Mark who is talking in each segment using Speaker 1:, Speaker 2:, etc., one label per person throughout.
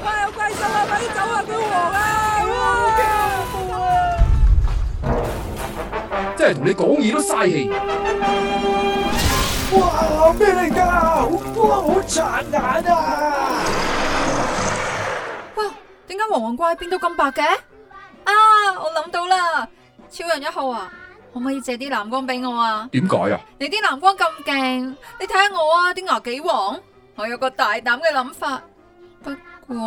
Speaker 1: 喂，有怪獸啊！快啲走啊！表王啊！
Speaker 2: 真係同你講嘢都嘥氣。
Speaker 3: 哇！咩嚟㗎？哇！好殘眼啊！
Speaker 1: 哇，點解黃黃怪變到咁白嘅？啊，我諗到啦，超人一號啊，可唔可以借啲藍光俾我啊？
Speaker 2: 點解啊？
Speaker 1: 你啲藍光咁勁，你睇下我啊，啲牙幾黃。我有個大膽嘅諗法，不過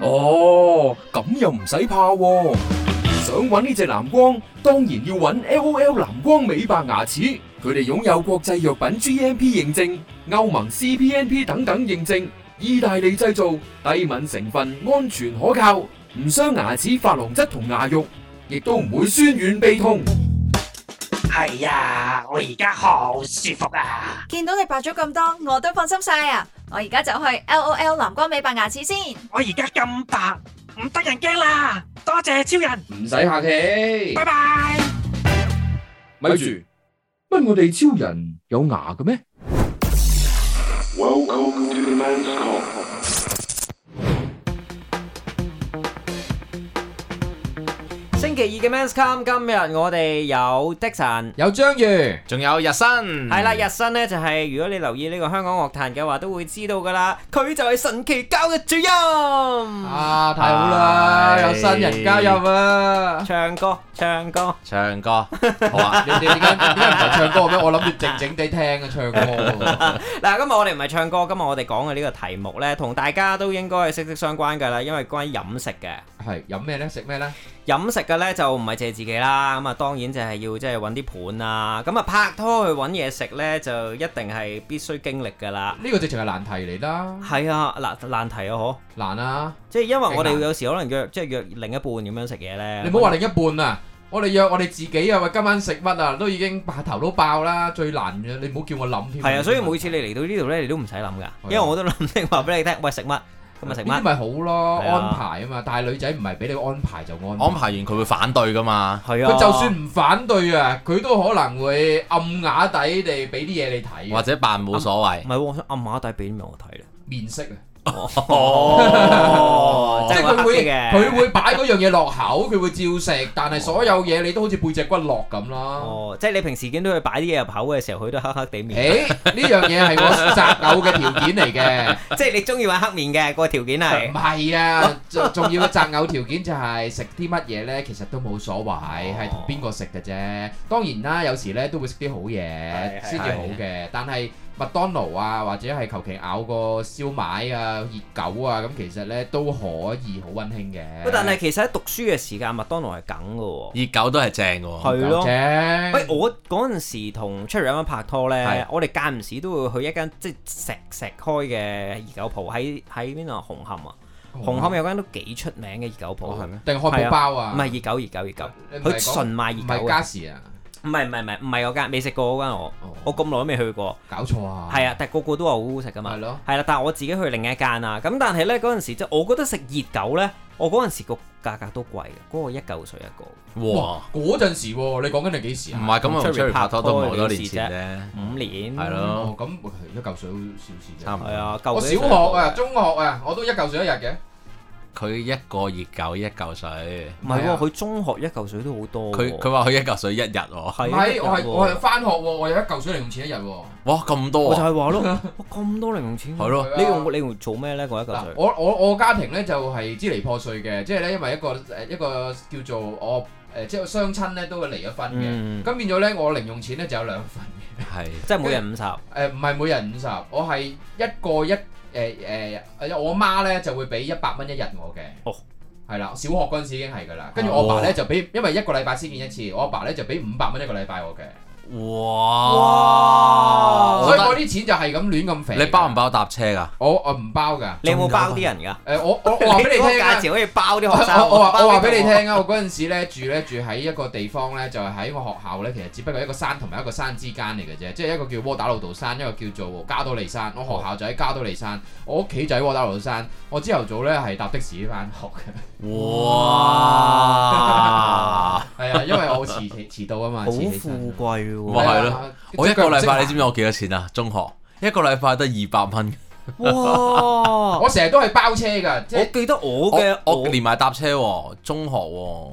Speaker 3: 哦，咁又唔使怕喎、想揾呢隻藍光，當然要揾 LOL 藍光美白牙齒。佢哋擁有國際藥品 GMP 認證、歐盟 CPNP 等等認證，意大利製造，低敏成分，安全可靠，唔傷牙齒珐琅質同牙肉，亦都唔會酸軟鼻痛。
Speaker 4: 係啊，我而家好舒服啊！
Speaker 1: 見到你白咗咁多，我都放心晒啊！我而家就去 L O L 藍光美白牙齒先。
Speaker 4: 我而家咁白，唔得人驚啦！多謝超
Speaker 5: 嗯
Speaker 4: 人，
Speaker 2: 唔使客氣
Speaker 4: 拜。拜。
Speaker 2: 咪住，乜我哋超人有牙嘅咩？
Speaker 6: Welcome to the man's call.
Speaker 5: 星期二嘅 Men's Come，今日我哋有的神。
Speaker 7: 有章魚，
Speaker 8: 仲有日
Speaker 4: 嗯
Speaker 8: 新，
Speaker 5: 系啦，日新呢就係如果你留意呢個香港樂壇嘅話，都會知道噶啦，佢就係神奇教嘅主音，
Speaker 7: 啊太好啦，
Speaker 8: 係
Speaker 7: 有新人加入啊！
Speaker 5: 唱歌唱歌，
Speaker 8: 唱歌，好啊，
Speaker 7: 你哋點解點解唔係唱歌咩？我諗住靜靜地聽啊，唱歌。
Speaker 5: 嗱，今日我哋唔係唱歌，今日我哋講嘅呢個題目呢，同大家都應該係息息相關噶啦，因為關於飲食嘅。
Speaker 7: 係飲咩咧？食咩咧？
Speaker 5: 飲食嘅呢就唔係借自己啦，咁啊當然就係要即係揾啲盤啊，咁啊拍拖去揾嘢食呢，就一定係必須經歷噶啦。
Speaker 7: 呢個直情係難題嚟啦，
Speaker 5: 係啊，嗱難題啊，嗬，
Speaker 7: 難啊！
Speaker 5: 即係因為我
Speaker 7: 勁
Speaker 5: 哋
Speaker 7: 難
Speaker 5: 有時可能約即係約另一半咁樣食嘢呢。
Speaker 7: 你唔好話另一半啊，我哋約我哋自己啊，喂，今晚食乜啊，都已經頭都爆啦，最難嘅，你唔好叫我諗添。
Speaker 5: 係啊，所以每次你嚟到呢度咧，你都唔使諗噶，因為我都諗定話俾你聽，喂食乜，今日食
Speaker 7: 呢啲
Speaker 5: 乜，
Speaker 7: 咪好咯，
Speaker 5: 係啊啊
Speaker 7: 安排啊嘛。但係女仔唔係俾你安排就安
Speaker 8: 安
Speaker 7: 排，
Speaker 8: 排完佢會反對噶嘛？
Speaker 5: 係啊，
Speaker 7: 佢就算唔反對啊，佢都可能會暗啞底地俾啲嘢你
Speaker 5: 嗯
Speaker 7: 睇
Speaker 8: 或
Speaker 7: 啊，
Speaker 8: 者扮冇所謂
Speaker 5: 唔。係喎，我想暗馬底俾我睇咧，
Speaker 7: 面色啊。
Speaker 5: 嗯哦，
Speaker 7: 即係佢
Speaker 5: 會
Speaker 7: 會
Speaker 5: 嘅，
Speaker 7: 佢會擺嗰樣嘢落口，佢會照食，但係所有嘢你都好似背脊骨落咁啦。
Speaker 5: 哦，即係你平時見到佢擺啲嘢入口嘅時候，佢都黑黑地面，
Speaker 7: 誒，呢樣嘢係我擇偶嘅條件嚟嘅，
Speaker 5: 即係你中意玩黑面嘅個條件
Speaker 7: 唔
Speaker 5: 係，
Speaker 7: 係啊，仲仲要擇偶條件就係食啲乜嘢呢？其實都冇所謂，係同邊個食嘅啫。當然啦，有時呢都會食啲好嘢
Speaker 5: 係係
Speaker 7: 先至好嘅，但係麥當勞啊，或者係求其咬個燒賣啊、熱狗啊，咁其實呢都可以好温馨嘅。
Speaker 5: 但係其實喺讀書嘅時間，麥當勞係梗嘅喎。
Speaker 8: 熱狗都係正嘅喎，
Speaker 5: 係咯
Speaker 7: 夠啫
Speaker 5: 喂，我嗰陣時同出嚟咁樣拍拖咧
Speaker 8: 係，
Speaker 5: 我哋間唔時都會去一間即係食食開嘅熱狗鋪，喺喺邊度啊？紅磡啊，紅磡有間都幾出名嘅熱狗鋪，
Speaker 8: 咩？
Speaker 7: 定漢堡包啊？
Speaker 5: 唔係熱狗熱狗熱狗，
Speaker 7: 你唔係
Speaker 5: 佢純賣
Speaker 7: 唔
Speaker 5: 熱
Speaker 7: 係
Speaker 5: 狗
Speaker 7: 加
Speaker 5: 嘅，
Speaker 7: 時啊，
Speaker 5: 唔係唔係唔係唔係嗰間，未食過嗰間我
Speaker 7: 哦，
Speaker 5: 我咁耐都未去過，
Speaker 7: 搞錯啊！
Speaker 5: 係啊，但係個個都話好好食噶嘛
Speaker 7: 係，咯，
Speaker 5: 係啦，但係我自己去另一間啊，咁但係咧嗰陣時即係我覺得食熱狗咧，我嗰陣時個價格都貴嘅，嗰個一嚿水一個，
Speaker 8: 哇！
Speaker 7: 嗰陣時喎，你講緊係幾時
Speaker 8: 唔
Speaker 7: 啊？
Speaker 8: 係咁，我同 Cherry 拍拖都唔係好多
Speaker 5: 拍拖嘅
Speaker 8: 年
Speaker 5: 事
Speaker 8: 前
Speaker 5: 五年，
Speaker 8: 啫，係
Speaker 7: 哦
Speaker 8: 咯，，
Speaker 7: 咁一嚿水好小事
Speaker 8: 差
Speaker 7: 啫。
Speaker 8: 唔
Speaker 5: 係
Speaker 8: 多。
Speaker 5: 啊，
Speaker 7: 我
Speaker 5: 舊
Speaker 7: 小
Speaker 5: 嗰啲
Speaker 7: 學啊、中學啊，我都一嚿水一日嘅。
Speaker 8: 佢一個熱狗一嚿水，
Speaker 5: 唔係
Speaker 7: 係
Speaker 5: 喎，
Speaker 7: 啊
Speaker 5: 佢中學一嚿水都好多喎。
Speaker 8: 佢佢話佢一嚿水一日喎，
Speaker 7: 唔
Speaker 5: 係啊
Speaker 7: 係，我係我
Speaker 5: 有
Speaker 7: 係
Speaker 5: 喎
Speaker 7: 翻學喎，我有一嚿水零用錢一日喎。
Speaker 8: 哇咁多
Speaker 5: 我就
Speaker 8: 啊，
Speaker 5: 係 話咯，哇咁多零用錢㗎。
Speaker 8: 係咯，
Speaker 5: 你用你用做咩咧？嗰一嚿
Speaker 7: 嗱，
Speaker 5: 水
Speaker 7: 我我我家庭咧就係支離破碎嘅，即係咧因為一個誒一個叫做我誒即係雙親咧都會離咗婚
Speaker 5: 嗯
Speaker 7: 嘅，咁變咗咧我零用錢咧就有兩份。
Speaker 8: 係
Speaker 5: 即係每人五十。
Speaker 7: 誒唔係每人五十，我係一個一誒誒、誒我媽咧就會俾一百蚊一日我嘅。
Speaker 5: 哦。
Speaker 7: 係啦，小學嗰陣時已經係㗎啦，跟住我
Speaker 8: 哦
Speaker 7: 阿爸咧就俾，因為一個禮拜先見一次，我阿爸咧就俾五百蚊一個禮拜我嘅，
Speaker 8: 哇！
Speaker 7: 所以
Speaker 8: 我
Speaker 7: 我
Speaker 8: 覺
Speaker 7: 啲錢就係咁亂咁肥。
Speaker 8: 得你包唔？包搭車㗎？
Speaker 7: 我我唔包㗎。
Speaker 5: 你有冇包啲人㗎？
Speaker 7: 誒我我我話俾你
Speaker 5: 嗰個
Speaker 7: 聽啊
Speaker 5: 價！錢好似包啲學生。
Speaker 7: 我我話我話俾你
Speaker 5: 包啲同學。
Speaker 7: 聽啊！我嗰陣時咧住咧住喺一個地方咧，就係喺我學校咧，其實只不過一個山同埋一個山之間嚟嘅啫，即係一個叫窩打老道山，一個叫做加多利山。我學校就喺加多利山，我屋企就喺窩打老道山。我朝頭早咧係搭的士翻學嘅。
Speaker 8: 哇！
Speaker 5: 啊
Speaker 7: 遲到啊嘛，
Speaker 5: 好
Speaker 7: 遲起
Speaker 5: 富
Speaker 7: 身。
Speaker 5: 貴喎，
Speaker 8: 哇係咯
Speaker 7: 啊
Speaker 8: 我一個禮拜你知
Speaker 7: 即係佢唔識行
Speaker 8: 唔知我幾多錢啊？中學一個禮拜得二百蚊，
Speaker 5: 哇！
Speaker 7: 我成日都係包車㗎，即
Speaker 5: 我
Speaker 7: 係
Speaker 5: 記得我嘅
Speaker 8: 我
Speaker 5: 我
Speaker 8: 我連埋搭車喎，中學喎，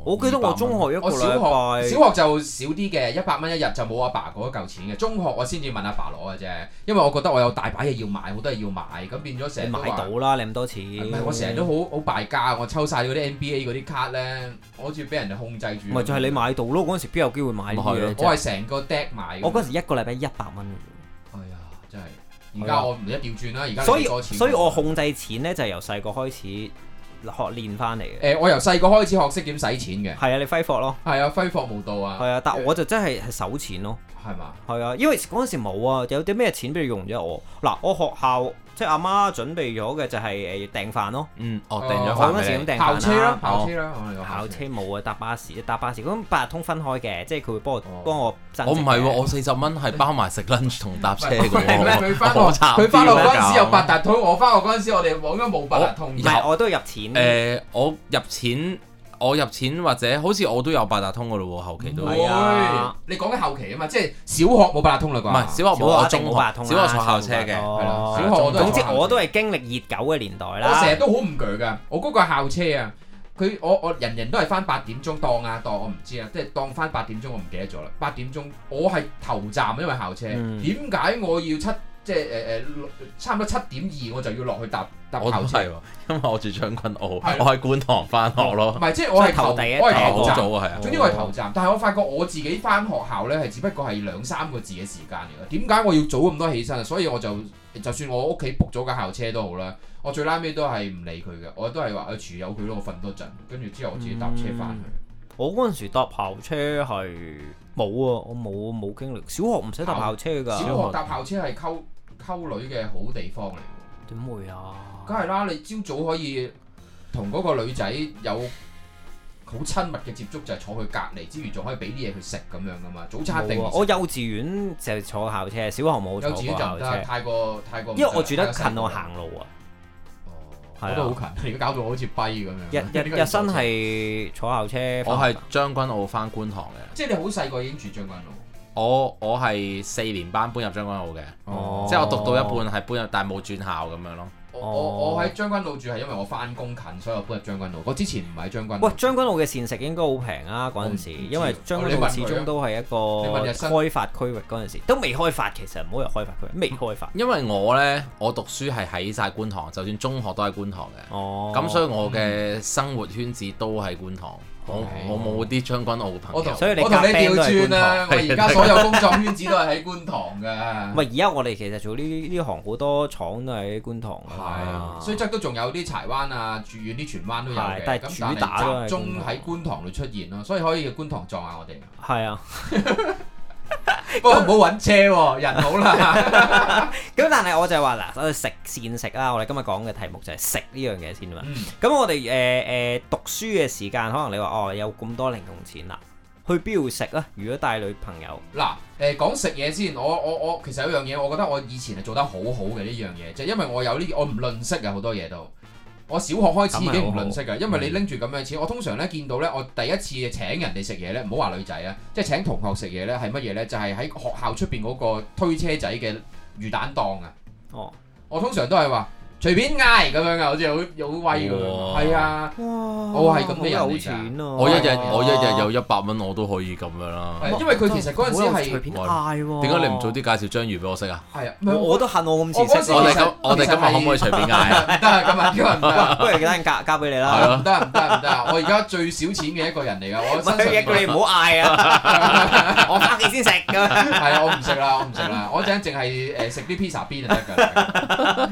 Speaker 5: 我記得我中學一個
Speaker 7: 我小
Speaker 5: 禮
Speaker 7: 學小
Speaker 5: 拜
Speaker 7: 學就少啲嘅，一百蚊一日就冇阿爸嗰一嚿錢嘅。中學我先至問阿爸攞嘅啫，因為我覺得我有大把嘢要買，好多嘢要買，咁變咗成
Speaker 5: 你
Speaker 7: 日都
Speaker 5: 買
Speaker 7: 話
Speaker 5: 到啦，你咁多錢。
Speaker 7: 唔係，我成日都好好敗家，我抽晒嗰啲 NBA 嗰啲卡咧，我好似俾人哋控制住。
Speaker 5: 咪就係你，買到咯，嗰陣時邊有機會買呢啲嘢
Speaker 8: 咪係
Speaker 5: 啫
Speaker 7: 我係成個 deck 買嘅。
Speaker 5: 我嗰陣時一個禮拜一百蚊嘅
Speaker 7: 哎呀，真係！而家我唔一調轉啦，而家
Speaker 5: 啫，啊所
Speaker 7: 你俾多
Speaker 5: 以
Speaker 7: 錢
Speaker 5: 所以我控制錢咧就係由細個開始學練翻嚟嘅。
Speaker 7: 誒，我由細個開始學識點使錢嘅，
Speaker 5: 係啊，你揮霍咯，
Speaker 7: 係啊，揮霍無度啊，
Speaker 5: 係啊，但我就真係係手錢咯，
Speaker 7: 係嘛？
Speaker 5: 係啊，因為嗰陣時冇啊，有啲咩錢俾你用啫？我嗱，我學校即係阿媽準備咗嘅就係誒訂飯咯，
Speaker 8: 嗯，哦
Speaker 7: 哦
Speaker 8: 訂咗
Speaker 5: 我
Speaker 8: 飯
Speaker 5: 嗰陣時
Speaker 8: 俾
Speaker 5: 咁
Speaker 8: 你，
Speaker 5: 訂
Speaker 7: 校車
Speaker 5: 飯啊哦
Speaker 7: 啦
Speaker 5: 啦，。
Speaker 7: 校車啦，我哋講
Speaker 5: 校車。冇啊，搭巴士搭巴士咁八達通分開嘅，即係佢會幫我
Speaker 7: 哦
Speaker 5: 幫我增值嘅
Speaker 8: 我唔係喎，我四十蚊係包埋食 lunch 同
Speaker 5: 啊
Speaker 8: 搭車嘅
Speaker 7: 係咩？
Speaker 8: 喎，
Speaker 7: 佢翻學，
Speaker 8: 我慘
Speaker 7: 佢翻學
Speaker 8: 啲啊
Speaker 7: 嗰陣時有
Speaker 8: 咁
Speaker 7: 八達通，我翻學嗰陣時我哋冇應該冇八達通
Speaker 5: 唔
Speaker 8: 唔
Speaker 7: 嘅。
Speaker 5: 係我都入錢
Speaker 8: 誒、
Speaker 5: 嘅，
Speaker 8: 我入錢，我入錢或者好似我都有八達通噶咯喎，後期都
Speaker 5: 唔
Speaker 8: 唔
Speaker 5: 係啊
Speaker 7: 會你講緊後期啊嘛，即係小學冇八達通啦啩？
Speaker 8: 係小學冇，
Speaker 5: 小
Speaker 8: 我
Speaker 5: 學一定
Speaker 8: 中學
Speaker 5: 冇八達通啦啊
Speaker 8: 小學坐校車
Speaker 5: 小
Speaker 8: 嘅，
Speaker 5: 學
Speaker 7: 係啦
Speaker 5: 哦
Speaker 7: 小學我都係
Speaker 5: 總之
Speaker 7: 坐校車
Speaker 5: 我都係經歷熱狗嘅年代啦。
Speaker 7: 我成日都好唔鋸噶，我嗰個係校車啊，佢我我人人都係翻八點鐘當啊當，我唔知啊，即係當翻八點鐘，我唔記得咗啦。八點鐘我係頭站，啊因為校車，
Speaker 5: 嗯
Speaker 7: 點解、我要七即係誒誒六差唔多七點二我就要落去搭搭
Speaker 8: 我都
Speaker 7: 校車？
Speaker 8: 係喎，因為我住將軍澳，
Speaker 7: 係哦
Speaker 8: 我喺觀塘翻學
Speaker 7: 唔
Speaker 8: 咯，
Speaker 7: 係即係我係
Speaker 5: 即係頭
Speaker 7: 頭，
Speaker 5: 第一
Speaker 7: 我係
Speaker 5: 頭
Speaker 8: 好
Speaker 7: 頭站。
Speaker 8: 早
Speaker 5: 哦
Speaker 8: 啊，係啊，
Speaker 7: 總之我係頭站，但係我發覺我自己翻學校呢係只不過係兩三個字嘅時間嚟嘅。點解我要早咁多起身啊？所以我就就算我屋企 book 咗架校車都好啦，我最拉尾都係唔理佢嘅，我都係話誒住有佢咯，我瞓多陣，跟住之後我自己搭車翻去。
Speaker 5: 我嗰陣時搭校車係冇啊，我冇冇經歷。小學唔使搭校車㗎，
Speaker 7: 小學搭校車係溝溝女嘅好地方嚟嘅，
Speaker 5: 點會啊？
Speaker 7: 梗係啦，你朝早可以同嗰個女仔有。好親密嘅接觸就係坐佢隔離之餘，仲可以俾啲嘢佢食咁樣噶嘛，早餐定
Speaker 5: 冇啊我幼稚園就坐校車，小學冇坐
Speaker 7: 幼
Speaker 5: 過
Speaker 7: 稚園就
Speaker 5: 校
Speaker 7: 唔得，
Speaker 5: 車，
Speaker 7: 太過太過唔。
Speaker 5: 因為我住得
Speaker 7: 太過細
Speaker 5: 近
Speaker 7: 個
Speaker 5: 我行路啊，
Speaker 7: 哦
Speaker 5: 係
Speaker 7: 我
Speaker 5: 啊
Speaker 7: 都好近，而家搞到我好似跛咁
Speaker 5: 日
Speaker 7: 樣。
Speaker 5: 日
Speaker 7: 呢個
Speaker 5: 日身係坐校車返學㗎。
Speaker 8: 我係將軍澳翻觀塘嘅，
Speaker 7: 即係你好細個已經住將軍澳。
Speaker 8: 我我係四年班搬入將軍澳嘅，
Speaker 5: 哦
Speaker 8: 即係我讀到一半係搬入，但係冇轉校咁樣咯。
Speaker 7: 我
Speaker 5: 哦
Speaker 7: 我我喺將軍澳住係因為我翻工近，所以我搬入將軍澳。我之前唔喺將軍澳
Speaker 5: 喂，。將軍澳嘅膳食應該好平啊！
Speaker 7: 我
Speaker 5: 嗰陣時，
Speaker 7: 唔知哦
Speaker 5: 因為將軍澳始終都係一個
Speaker 7: 啊你問日新
Speaker 5: 開發區域嗰陣時，都未開發，其實唔好入開發區，未開發。
Speaker 8: 因為我呢，我讀書係喺晒觀塘，就算中學都喺觀塘
Speaker 7: 嗯
Speaker 8: 嘅。
Speaker 5: 哦，
Speaker 8: 咁所以我嘅生活圈子都係觀塘，我我冇啲將軍澳嘅
Speaker 7: 我
Speaker 8: 朋
Speaker 7: 同
Speaker 8: 友。
Speaker 5: 所以你
Speaker 7: 我同你
Speaker 5: 夾 band
Speaker 7: 調
Speaker 5: 都係
Speaker 7: 轉啊！我
Speaker 8: 觀塘
Speaker 7: 而家所有工作圈子都係喺觀塘啊㗎。
Speaker 5: 唔係而家我哋其實做呢呢行好多廠都喺觀塘㗎嘛
Speaker 7: 係，啊所以則都仲有啲柴灣啊，住遠啲荃灣都有嘅
Speaker 5: 係。但係
Speaker 7: 咁
Speaker 5: 主打都係
Speaker 7: 集中喺觀塘度出現咯，所以可以觀塘撞下 我哋。
Speaker 5: 係啊。
Speaker 7: 不過唔好揾車喎，人好啦。
Speaker 5: 咁但係我就係話嗱，我哋食膳食啦，我哋今日講嘅題目就係食呢樣嘢先啊嘛。
Speaker 7: 嗯
Speaker 5: 咁我哋誒誒讀書嘅時間，可能你話哦有咁多零用錢啦，去邊度食啊？如果帶女朋友，
Speaker 7: 嗱，誒講食嘢先，我我我其實有樣嘢，我覺得我以前係做得好好嘅呢樣嘢，就係因為我有呢，我唔吝嗇嘅好多嘢都。我小學開始已經唔吝嗇
Speaker 5: 嗯
Speaker 7: 嘅，因為你拎住咁樣嘅錢，我通常咧見到咧，我第一次請人哋食嘢咧，唔好話女仔啊，即係請同學食嘢咧，係乜嘢咧？就係喺學校出邊嗰個推車仔嘅魚蛋檔啊！
Speaker 5: 哦，
Speaker 7: 我通常都係話隨便嗌咁樣嘅，啊好似好好威咁樣。
Speaker 8: 哇
Speaker 7: 係啊，
Speaker 5: 哇，
Speaker 7: 我
Speaker 5: 我
Speaker 7: 係咁嘅人嚟㗎
Speaker 5: 有錢啊！
Speaker 8: 我一日
Speaker 7: 哦
Speaker 8: 我一日有一百蚊，我都可以咁樣啦。
Speaker 7: 係因為 Ờ, 佢其實嗰陣時係哦
Speaker 5: 嗌
Speaker 8: 點解你唔早啲介紹章魚俾我識啊？
Speaker 7: 係啊，
Speaker 5: 我我都恨我咁遲識
Speaker 7: 我
Speaker 8: 我
Speaker 7: 嗰
Speaker 8: 哋
Speaker 7: 時其實
Speaker 8: 今我哋今日可唔可以隨便嗌 啊？
Speaker 7: 唔得啊，今日今日唔得啊。
Speaker 5: 不如等陣交交俾你
Speaker 8: 係
Speaker 5: 啦。
Speaker 8: 咯
Speaker 7: 唔得唔得唔得！我而家最少錢嘅一個人嚟噶，我
Speaker 5: 唔
Speaker 7: 身上
Speaker 5: 係，叫你唔 好嗌啊！我翻屋企先食咁樣。
Speaker 7: 係啊，我唔食啦，我唔食啦， 我一陣淨係誒食啲 pizza 邊就啊得㗎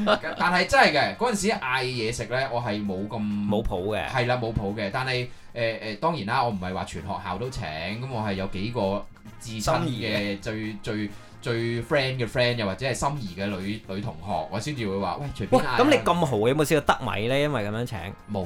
Speaker 7: 啦。 但係真係嘅，嗰陣時嗌嘢食咧，我係冇咁
Speaker 5: 冇譜嘅，
Speaker 7: 係啦冇譜嘅。但係誒誒當然啦，我唔係話全學校都請，咁我係有幾個至親
Speaker 5: 心儀
Speaker 7: 嘅最最最 friend 嘅 friend，又或者係心儀嘅女女同學，我先至會話喂隨
Speaker 5: 喂，
Speaker 7: 便嗌啊。
Speaker 5: 咁你咁豪有冇試過得米咧？因為咁樣請，
Speaker 7: 冇？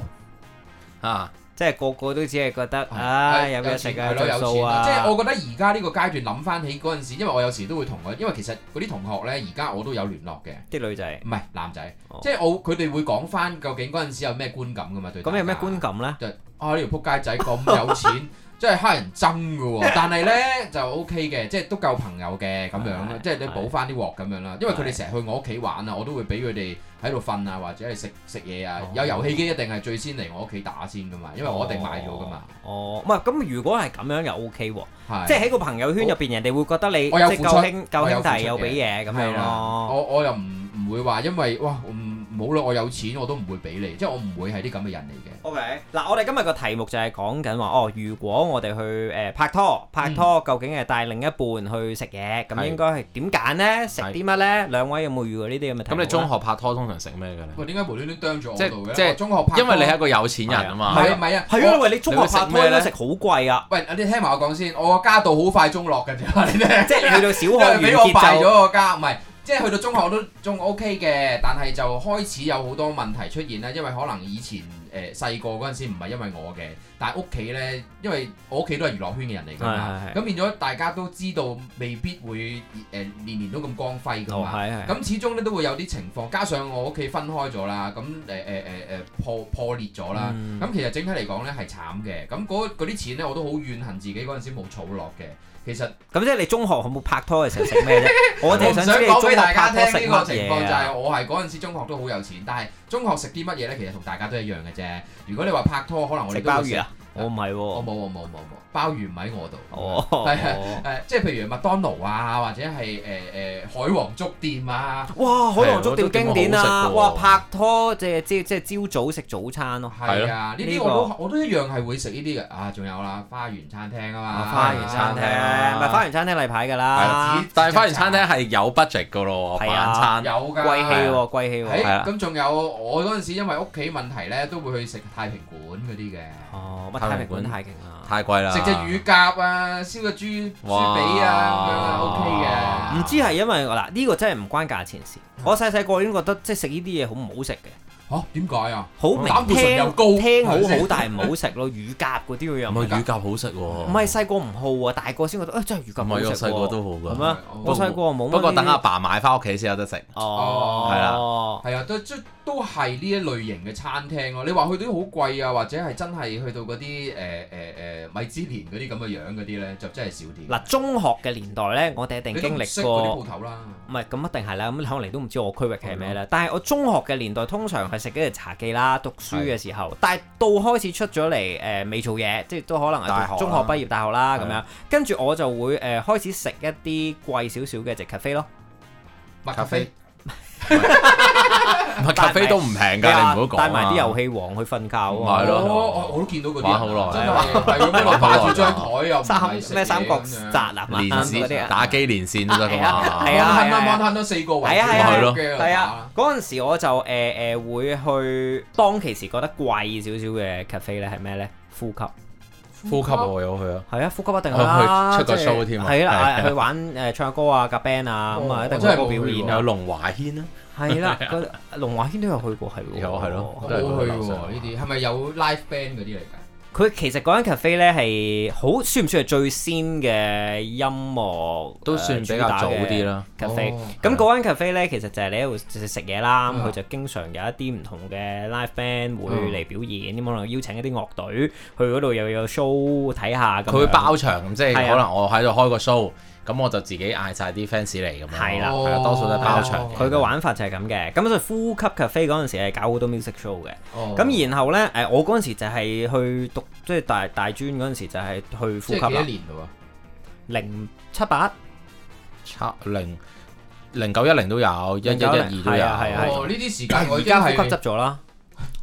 Speaker 8: 啊，
Speaker 5: 即係個個都只係覺得啊有嘢食啊，
Speaker 7: 係咯有
Speaker 5: 數
Speaker 7: 錢啊！
Speaker 5: 啊，
Speaker 7: 即係我覺得而家呢個階段諗翻起嗰陣時，因為我有時都會同我，因為其實嗰啲同學呢，而家我都有聯絡嘅，
Speaker 5: 啲女仔
Speaker 7: 唔係男仔
Speaker 5: 哦，
Speaker 7: 即係我佢哋會講翻究竟嗰陣時有咩觀感噶嘛對大家。
Speaker 5: 咁有咩觀感咧？
Speaker 7: 啊呢條撲街仔咁有 錢，真係黑人憎嘅喎。但係咧就 O K 嘅，即係都夠朋友嘅咁樣啦
Speaker 5: 係，
Speaker 7: 即係你
Speaker 5: 係
Speaker 7: 補翻啲鑊咁樣啦。因為佢哋成日去我屋企玩啊，我都會俾佢哋喺度瞓啊，或者係食食嘢啊
Speaker 5: 哦。
Speaker 7: 有遊戲機一定係最先嚟我屋企打先噶嘛，因為我一定買咗噶嘛。
Speaker 5: 哦，唔係咁，如果係咁樣又 OK 喎，
Speaker 7: 係
Speaker 5: 即係喺個朋友圈入邊，人哋會覺得你
Speaker 7: 我有
Speaker 5: 即係
Speaker 7: 付
Speaker 5: 夠
Speaker 7: 出
Speaker 5: 兄夠
Speaker 7: 我有
Speaker 5: 兄
Speaker 7: 付出
Speaker 5: 弟又俾嘢咁樣
Speaker 7: 係啦，
Speaker 5: 咯。
Speaker 7: 我我又唔唔會話，因為哇唔冇啦，我有錢我都唔會俾你，即係我唔會係啲咁嘅人嚟嘅。
Speaker 5: O K，嗱，我哋今日個題目就係講緊話，哦，如果我哋去誒、呃拍拖，拍拖究竟係帶另一半去食嘢，咁
Speaker 8: 係
Speaker 5: 應該係點揀呢？食啲乜呢？兩位有冇遇過呢啲咁嘅題目呢？啊
Speaker 8: 咁你中學拍拖通常食咩嘅咧？
Speaker 7: 喂，點解無端端啄咗
Speaker 8: 即
Speaker 7: 我
Speaker 8: 係
Speaker 7: 度嘅？
Speaker 8: 即係
Speaker 7: 我中學拍拖，
Speaker 8: 因為你係一個有錢人啊
Speaker 7: 唔
Speaker 8: 嘛，
Speaker 7: 係唔係啊？
Speaker 5: 係啊，喂，你中學
Speaker 8: 你會食
Speaker 5: 拍拖
Speaker 8: 咩
Speaker 5: 應該
Speaker 8: 呢
Speaker 5: 食好貴啊，
Speaker 7: 喂，你聽埋我講先，我個家道好快中落嘅啫，你聽。
Speaker 5: 即係你去
Speaker 7: 因
Speaker 5: 到
Speaker 7: 為
Speaker 5: 小學
Speaker 7: 俾我
Speaker 5: 完
Speaker 7: 敗
Speaker 5: 結就
Speaker 7: 咗個家，唔係，即係去到中學我都仲 OK 嘅，但係就開始有好多問題出現啦，因為可能以前誒細個嗰陣時唔係因為我嘅，但係屋企咧，因為我屋企都係娛樂圈嘅人嚟㗎嘛，
Speaker 5: 係係係
Speaker 7: 咁變咗大家都知道未必會誒、呃、年年都咁光輝㗎
Speaker 5: 哦
Speaker 7: 嘛。
Speaker 5: 係係，
Speaker 7: 咁始終咧都會有啲情況，加上我屋企分開咗啦，咁呃誒誒誒誒破破裂咗啦，
Speaker 5: 嗯
Speaker 7: 咁、其實整體嚟講咧係慘嘅，咁嗰嗰啲錢咧我都好怨恨自己嗰陣時冇儲落嘅，其實。
Speaker 5: 咁即係你中學有冇拍拖嘅時候食咩 啫？我哋
Speaker 7: 唔
Speaker 5: 想
Speaker 7: 想
Speaker 5: 知你中
Speaker 7: 講俾
Speaker 5: 學
Speaker 7: 大家
Speaker 5: 拍拖
Speaker 7: 聽
Speaker 5: 食
Speaker 7: 呢個
Speaker 5: 乜
Speaker 7: 情
Speaker 5: 嘢
Speaker 7: 況就
Speaker 5: 啊
Speaker 7: 係我係嗰陣時中學都好有錢，但係中學食啲乜嘢呢？其實同大家都一樣嘅啫。如果你話拍拖，可能我
Speaker 5: 食
Speaker 7: 哋都會
Speaker 5: 鮑魚啊？我唔係
Speaker 7: 我
Speaker 5: 喎，
Speaker 7: 冇我冇冇冇，鮑魚唔喺我度。
Speaker 5: 哦，
Speaker 7: 係啊誒，即係譬如麥當勞啊，或者係誒誒海王粥店啊，
Speaker 5: 哇！海洋粥店經典啊！
Speaker 8: 係
Speaker 5: 哇！
Speaker 8: 我都見過好食喎
Speaker 5: 拍拖即係即係即係朝早食早餐咯。
Speaker 8: 係
Speaker 7: 係啊，呢啲我都我都一樣係會食呢啲嘅。啊，仲有啦，花園餐廳啊嘛，
Speaker 5: 啊花園
Speaker 7: à.
Speaker 5: 餐廳，咪花園餐廳例牌㗎啦，
Speaker 8: 但係花園餐廳係有 budget 噶咯，
Speaker 5: 係
Speaker 8: 晚
Speaker 5: 啊
Speaker 8: 餐
Speaker 7: 有㗎。
Speaker 5: 貴氣喎，貴氣
Speaker 7: 誒
Speaker 5: 喎。
Speaker 8: 係啊
Speaker 7: 咁仲有我嗰陣時，因為屋企問題呢，都會去食太平館嗰啲嘅。
Speaker 5: 哦，乜太平館太勁啦！
Speaker 8: 太貴啦，
Speaker 7: 食隻乳鴿啊，燒個豬豬髀啊，
Speaker 5: 唔知係因為嗱呢個真係唔關價錢事。我細細個已經覺得即係食呢啲嘢好唔好食
Speaker 7: 咁樣 OK 嘅。
Speaker 5: 嘅，
Speaker 7: 嚇點解啊？
Speaker 5: 好
Speaker 7: 膽
Speaker 5: 明
Speaker 7: 固醇又高
Speaker 5: 聽聽好
Speaker 7: 係咪
Speaker 5: 好
Speaker 7: 先，
Speaker 5: 但係唔好食咯。乳鴿嗰啲嘢又
Speaker 8: 唔
Speaker 5: 唔
Speaker 8: 係
Speaker 5: 得
Speaker 8: 乳鴿好食喎，
Speaker 5: 唔係細個唔好啊，大個先覺得啊真係乳鴿
Speaker 8: 唔
Speaker 5: 好
Speaker 8: 係我
Speaker 5: 食
Speaker 8: 細個
Speaker 5: 喎。
Speaker 8: 啊都好
Speaker 5: 係
Speaker 8: 㗎，
Speaker 5: 咩？
Speaker 7: 哦
Speaker 5: 我細個冇乜。
Speaker 8: 不過等阿爸買翻屋企先 有得食。
Speaker 5: Ờ. 哦，
Speaker 8: 係啦
Speaker 5: 啦。
Speaker 7: 係啊，都都都係呢一類型嘅餐廳咯。你話去到好貴啊，或者係真係去到嗰啲誒誒誒米芝蓮嗰啲咁嘅樣嗰啲咧，就真係少啲。
Speaker 5: 嗱，中學嘅年代咧，我哋一定
Speaker 7: 你都
Speaker 5: 經
Speaker 7: 唔識
Speaker 5: 歷
Speaker 7: 嗰
Speaker 5: 過
Speaker 7: 啲。鋪頭啦。
Speaker 5: 唔係咁一定係啦，咁可能你都唔知我區域係咩啦。但係我中學嘅年代通常係食嗰啲茶記啦，讀書嘅時候。但係到開始出咗嚟誒未做嘢，即係都可能
Speaker 8: 大學啦啊
Speaker 5: 係中學畢業大學啦咁
Speaker 8: 係
Speaker 5: 樣
Speaker 8: 啊。
Speaker 5: 跟住我就會誒、呃、開始食一啲貴少少嘅直咖啡咯。
Speaker 7: 麥咖啡
Speaker 8: 唔係咖啡都唔平㗎，你唔好講啊
Speaker 5: 帶埋啲遊戲王去瞓覺啊
Speaker 8: 係
Speaker 5: 喎。
Speaker 8: 咯
Speaker 7: 哦我我都見到嗰啲人
Speaker 8: 玩好耐
Speaker 7: 真係係咁樣霸住張台又唔
Speaker 5: 三
Speaker 7: 係食嘢
Speaker 5: 咩三角
Speaker 7: 咁樣哦
Speaker 5: 扎啊嘛
Speaker 8: 連
Speaker 5: 嗰啲
Speaker 8: 線
Speaker 5: 啊。
Speaker 8: 打機連線都得㗎
Speaker 5: 係
Speaker 8: 嘛，
Speaker 5: 啊
Speaker 7: 慳
Speaker 5: 係啊
Speaker 7: 啦
Speaker 5: 係啊
Speaker 7: 慳慳都四個位，
Speaker 5: 係啊係
Speaker 8: 啊係
Speaker 7: 咯
Speaker 8: 咯，
Speaker 5: 係啊，嗰陣時我就誒誒、呃呃、會去當其時覺得貴少少嘅咖啡咧係咩咧？呼吸。
Speaker 8: 呼吸我有去啊。
Speaker 5: 係啊，呼吸一定係啦，
Speaker 8: 去出個
Speaker 5: 即係
Speaker 8: show 添啊
Speaker 5: 係啦，
Speaker 8: 係
Speaker 5: 去玩誒唱下歌啊、夾 band 啊，咁啊
Speaker 7: 哦
Speaker 5: 一定
Speaker 7: 真係
Speaker 5: 會有個表
Speaker 7: 冇去
Speaker 5: 演
Speaker 7: 過
Speaker 5: 啊
Speaker 8: 有。龍華軒啊，
Speaker 5: 係 啦，個龍華軒都有去過，係喎。
Speaker 8: 有啊係咯
Speaker 7: 我
Speaker 8: 都係
Speaker 7: 冇
Speaker 8: 嗰個
Speaker 7: 去
Speaker 8: 樓
Speaker 7: 喎
Speaker 8: 上
Speaker 7: 呢啲，係咪有 live band 嗰啲嚟㗎？
Speaker 5: 佢其實嗰間 cafe 咧係好算唔算係最先嘅音樂呃
Speaker 8: 都算比較早啲啦。
Speaker 5: cafe
Speaker 7: 哦
Speaker 5: 咁嗰間 cafe 咧，其實就係你喺度食嘢啦，咁
Speaker 7: 嗯
Speaker 5: 佢就經常有一啲唔同嘅 live band 會嚟表演，咁可能邀請一啲樂隊去嗰度又有 show 睇下咁樣。
Speaker 8: 啊佢會包場咁，即係
Speaker 5: 係啊
Speaker 8: 可能我喺度開個 show，咁我就自己嗌晒啲 fans 嚟咁樣。
Speaker 5: 係啦哦
Speaker 8: 係啊多數都係包場嘅。
Speaker 5: 佢嘅玩法就係咁嘅，咁所以呼吸 cafe 嗰陣時係搞好多 music show 嘅。
Speaker 7: 哦
Speaker 5: 咁然後呢，誒我嗰陣時就係去讀即係大大專嗰陣時就係去呼
Speaker 7: 即係幾
Speaker 5: 吸啊
Speaker 7: 多
Speaker 5: 啦，
Speaker 7: 年嘞喎？
Speaker 5: 零七八
Speaker 8: 測零零九一零都有，一一一
Speaker 5: 0910
Speaker 8: 二都有，
Speaker 5: 係啊係啊係啊
Speaker 7: 哦，呢啲時間我
Speaker 5: 而
Speaker 7: 已經
Speaker 5: 家呼吸
Speaker 7: 係
Speaker 5: 執咗啦，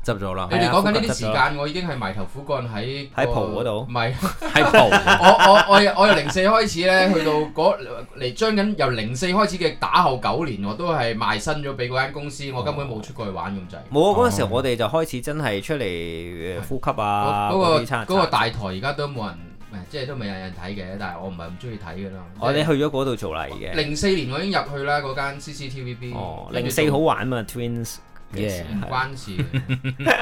Speaker 8: 執咗啦
Speaker 7: 你，哋講緊呢
Speaker 5: 係啊
Speaker 7: 啲時間，我已經係埋頭苦幹喺個
Speaker 5: 喺蒲嗰度
Speaker 7: 唔係，
Speaker 8: 喺部
Speaker 7: 我我我由我由零四開始 咧，去到嗰嚟將緊由零四開始嘅打後九年，我都係賣身咗俾嗰間公司，我根本冇出過去玩咁滯。
Speaker 5: 哦冇啊！嗰
Speaker 7: 哦
Speaker 5: 陣時我哋就開始真係出嚟誒呼吸啊
Speaker 7: 嗰
Speaker 5: 嗰
Speaker 7: 嗰
Speaker 5: 啲餐
Speaker 7: 個嗰個大台而家都冇人，誒即係都未有人睇嘅，但係我唔係咁中意睇嘅啦。
Speaker 5: 我哦哋去咗嗰度做嚟嘅。
Speaker 7: 零四年我已經入去啦，嗰間啊 CCTVB。
Speaker 5: 哦，
Speaker 7: 跟
Speaker 5: 零
Speaker 7: 住
Speaker 5: 四好玩嘛，Twins 嘅事。
Speaker 7: 唔關事嘅。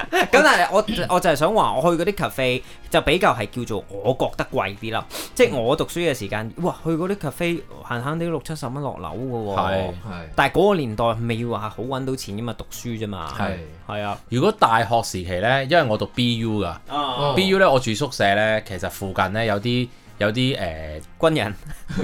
Speaker 5: 咁但係我我就係想話，我去嗰啲 cafe 就比較係叫做我覺得貴啲啦。即係我讀書嘅時間，哇，去嗰啲 cafe 閒閒啲六七十蚊落樓嘅喎
Speaker 8: 係。
Speaker 7: 係
Speaker 5: 但係嗰個年代未話好揾到錢噶嘛，讀書啫嘛。
Speaker 7: 係
Speaker 5: 係啊。
Speaker 8: 如果大學時期呢，因為我讀 BU 噶、
Speaker 7: 哦
Speaker 8: b u 呢，我住宿舍呢，其實附近呢有啲有啲誒、呃
Speaker 5: 軍人
Speaker 8: 軍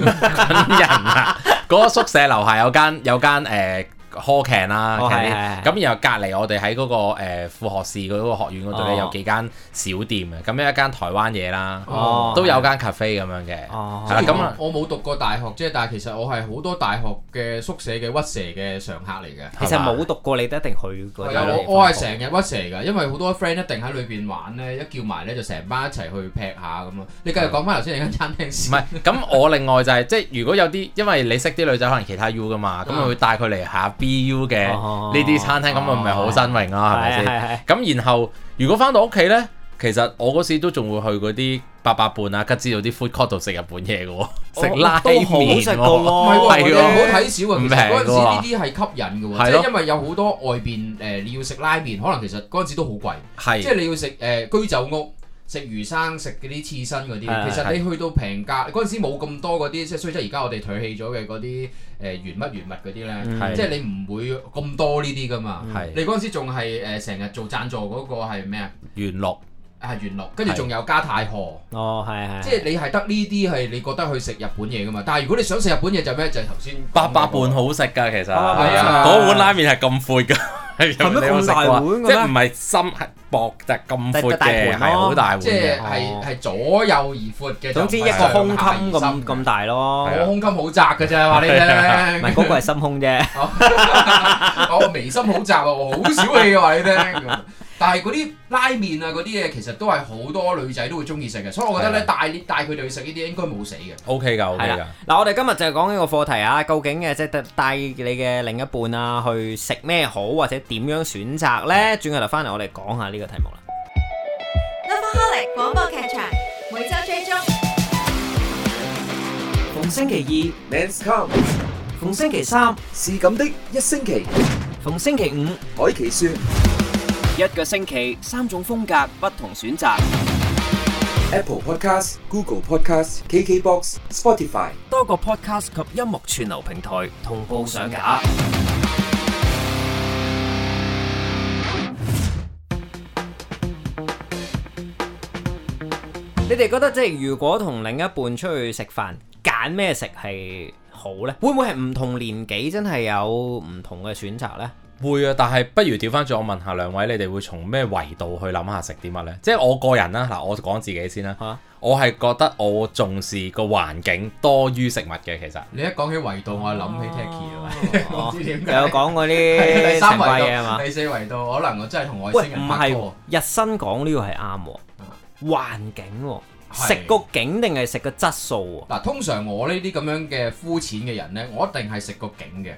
Speaker 8: 人 啊，嗰個宿舍樓下有間有間誒 hall can 啦，
Speaker 5: 哦係係
Speaker 8: canteen
Speaker 5: 係
Speaker 8: 咁然後隔離我哋喺嗰個誒副學士嗰個學院嗰度
Speaker 5: 哦
Speaker 8: 咧有幾間小店嘅，咁有一間台灣嘢啦，
Speaker 5: 哦
Speaker 8: 都有間 cafe 咁樣嘅，
Speaker 5: 哦
Speaker 8: 係啦咁啊，
Speaker 7: 我我冇讀過大學啫，但係其實我係好多大學嘅宿舍嘅屈蛇嘅常客嚟嘅。
Speaker 5: 其實冇讀過，你都一定去嗰啲
Speaker 7: 係
Speaker 5: 地
Speaker 7: 啊，
Speaker 5: 方。
Speaker 7: 我我係成日屈蛇㗎，因為好多 friend 一定喺裏邊玩咧，一叫埋咧就成班一齊去劈下咁咯。啊你繼續講翻頭先你間餐廳
Speaker 8: 唔
Speaker 7: 先。
Speaker 8: 係，咁我另外就係、即係如果有啲，因為你識啲女仔可能其他 U 噶嘛，咁
Speaker 7: 嗯
Speaker 8: 我會帶佢嚟下 BU 嘅
Speaker 5: 哦
Speaker 8: 呢啲餐廳，咁咪咪好新穎啦，係咪
Speaker 5: 係
Speaker 8: 先？
Speaker 5: 係係
Speaker 8: 咁然後如果翻到屋企呢，其實我嗰時都仲會去嗰啲八佰伴啊、吉之島啲 food court 度食日本嘢嘅喎，食拉
Speaker 5: 都好
Speaker 8: 麵
Speaker 5: 食
Speaker 8: 喎
Speaker 5: 噶喎，
Speaker 7: 唔係喎，
Speaker 8: 哦係
Speaker 7: 你
Speaker 8: 喎
Speaker 7: 唔好睇少啊！
Speaker 8: 唔
Speaker 7: 其實嗰陣
Speaker 8: 平喎
Speaker 7: 時呢啲係吸引嘅喎，
Speaker 8: 係
Speaker 7: 即
Speaker 8: 咯
Speaker 7: 係因為有好多外邊誒你要食拉麵，可能其實嗰陣時都好貴。即
Speaker 8: 係
Speaker 7: 係你要食誒、呃居酒屋。食魚生食嗰啲刺身嗰
Speaker 5: 係
Speaker 7: 啲，其實你去到平價嗰陣時冇咁多嗰啲，即係雖則而家我哋唾棄咗嘅嗰啲誒原乜原物嗰啲咧，
Speaker 5: 嗯
Speaker 8: 係
Speaker 7: 即係你唔會咁多呢啲噶嘛。
Speaker 8: 係
Speaker 7: 你嗰陣時仲係誒成日做贊助嗰個係咩啊？
Speaker 8: 元綠
Speaker 7: 啊元樂，跟住仲有加太河，
Speaker 5: 哦，係係，
Speaker 7: 即係你係得呢啲係你覺得去食日本嘢噶嘛。但係如果你想食日本嘢就咩？就係頭先講
Speaker 8: 八佰
Speaker 7: 嗰個
Speaker 8: 伴好食㗎，其實
Speaker 5: 八佰
Speaker 7: 伴啊
Speaker 8: 嗰碗拉麵係咁闊㗎。 係
Speaker 5: 咩咁大碗嘅咩
Speaker 8: 啊即係唔係深係薄，就係咁
Speaker 5: 大
Speaker 8: 闊
Speaker 5: 大
Speaker 8: 嘅，
Speaker 5: 盤
Speaker 8: 係
Speaker 5: 咯
Speaker 8: 好大碗
Speaker 7: 即係
Speaker 8: 嘅。
Speaker 7: 係係左右而闊嘅。
Speaker 5: 哦總之一
Speaker 7: 就唔係
Speaker 5: 個胸
Speaker 7: 上
Speaker 5: 襟
Speaker 7: 下啊而
Speaker 5: 咁
Speaker 7: 深
Speaker 5: 咁大咯，
Speaker 7: 我胸襟好窄嘅啫，話你
Speaker 5: 唔
Speaker 7: 聽。
Speaker 5: 係嗰個係心胸啫，
Speaker 7: 我眉心好窄啊，我好小氣啊，話你聽。但係嗰啲拉麵啊，嗰啲嘢其實都係好多女仔都會中意食嘅，所以我覺得咧
Speaker 8: 係
Speaker 7: 帶帶佢哋去食呢啲應該冇死嘅。
Speaker 8: O K 㗎，O K
Speaker 5: 係啊
Speaker 8: 㗎
Speaker 5: 啦。。嗱，我哋今日就講呢個課題啊，究竟嘅即係帶你嘅另一半啊，去食咩好，或者點樣選擇咧？轉個頭翻嚟，我哋講下呢個題目啦。
Speaker 9: Lovaholic 廣播劇場每周追蹤。
Speaker 5: 逢星期
Speaker 10: Men's Come
Speaker 5: 二、逢星期三、
Speaker 10: 是咁的一星期，
Speaker 5: 逢星期五，
Speaker 10: 海奇說
Speaker 5: 一個星期三種風格，不同選擇，
Speaker 10: Apple Podcast、Google Podcast、KKBox、Spotify。
Speaker 5: 多個 podcast 及音樂串流平台同步上架。你哋覺得即係如果同另一半出去食飯，揀咩食係好呢？會唔會係唔同年紀真係有唔同嘅選擇呢？
Speaker 8: 會啊，但係不如調翻轉，我問下兩位，你哋會從咩維度去諗下食啲乜呢？即係我個人啦，嗱，我講自己先啦，
Speaker 5: 嚇
Speaker 8: 我係覺得我重視個環境多於食物嘅，其實
Speaker 7: 你一講起維度，我諗起 Tacky 啊，
Speaker 5: 哦
Speaker 7: 唔知點解。
Speaker 5: 有講嗰啲
Speaker 7: 第三維
Speaker 5: 成怪嘢係
Speaker 7: 度
Speaker 5: 嘛、？
Speaker 7: 第四維度，可能我真係同外
Speaker 5: 喂，
Speaker 7: 星
Speaker 5: 唔
Speaker 7: 人
Speaker 5: 係
Speaker 7: 拍
Speaker 5: 喎
Speaker 7: 拖。，啊
Speaker 5: 日新講呢個係啱喎，環境喎，
Speaker 7: 係
Speaker 5: 食個景定係食個質素
Speaker 7: 嗱，通常我呢啲咁樣嘅膚淺嘅人呢，我一定係食個景嘅，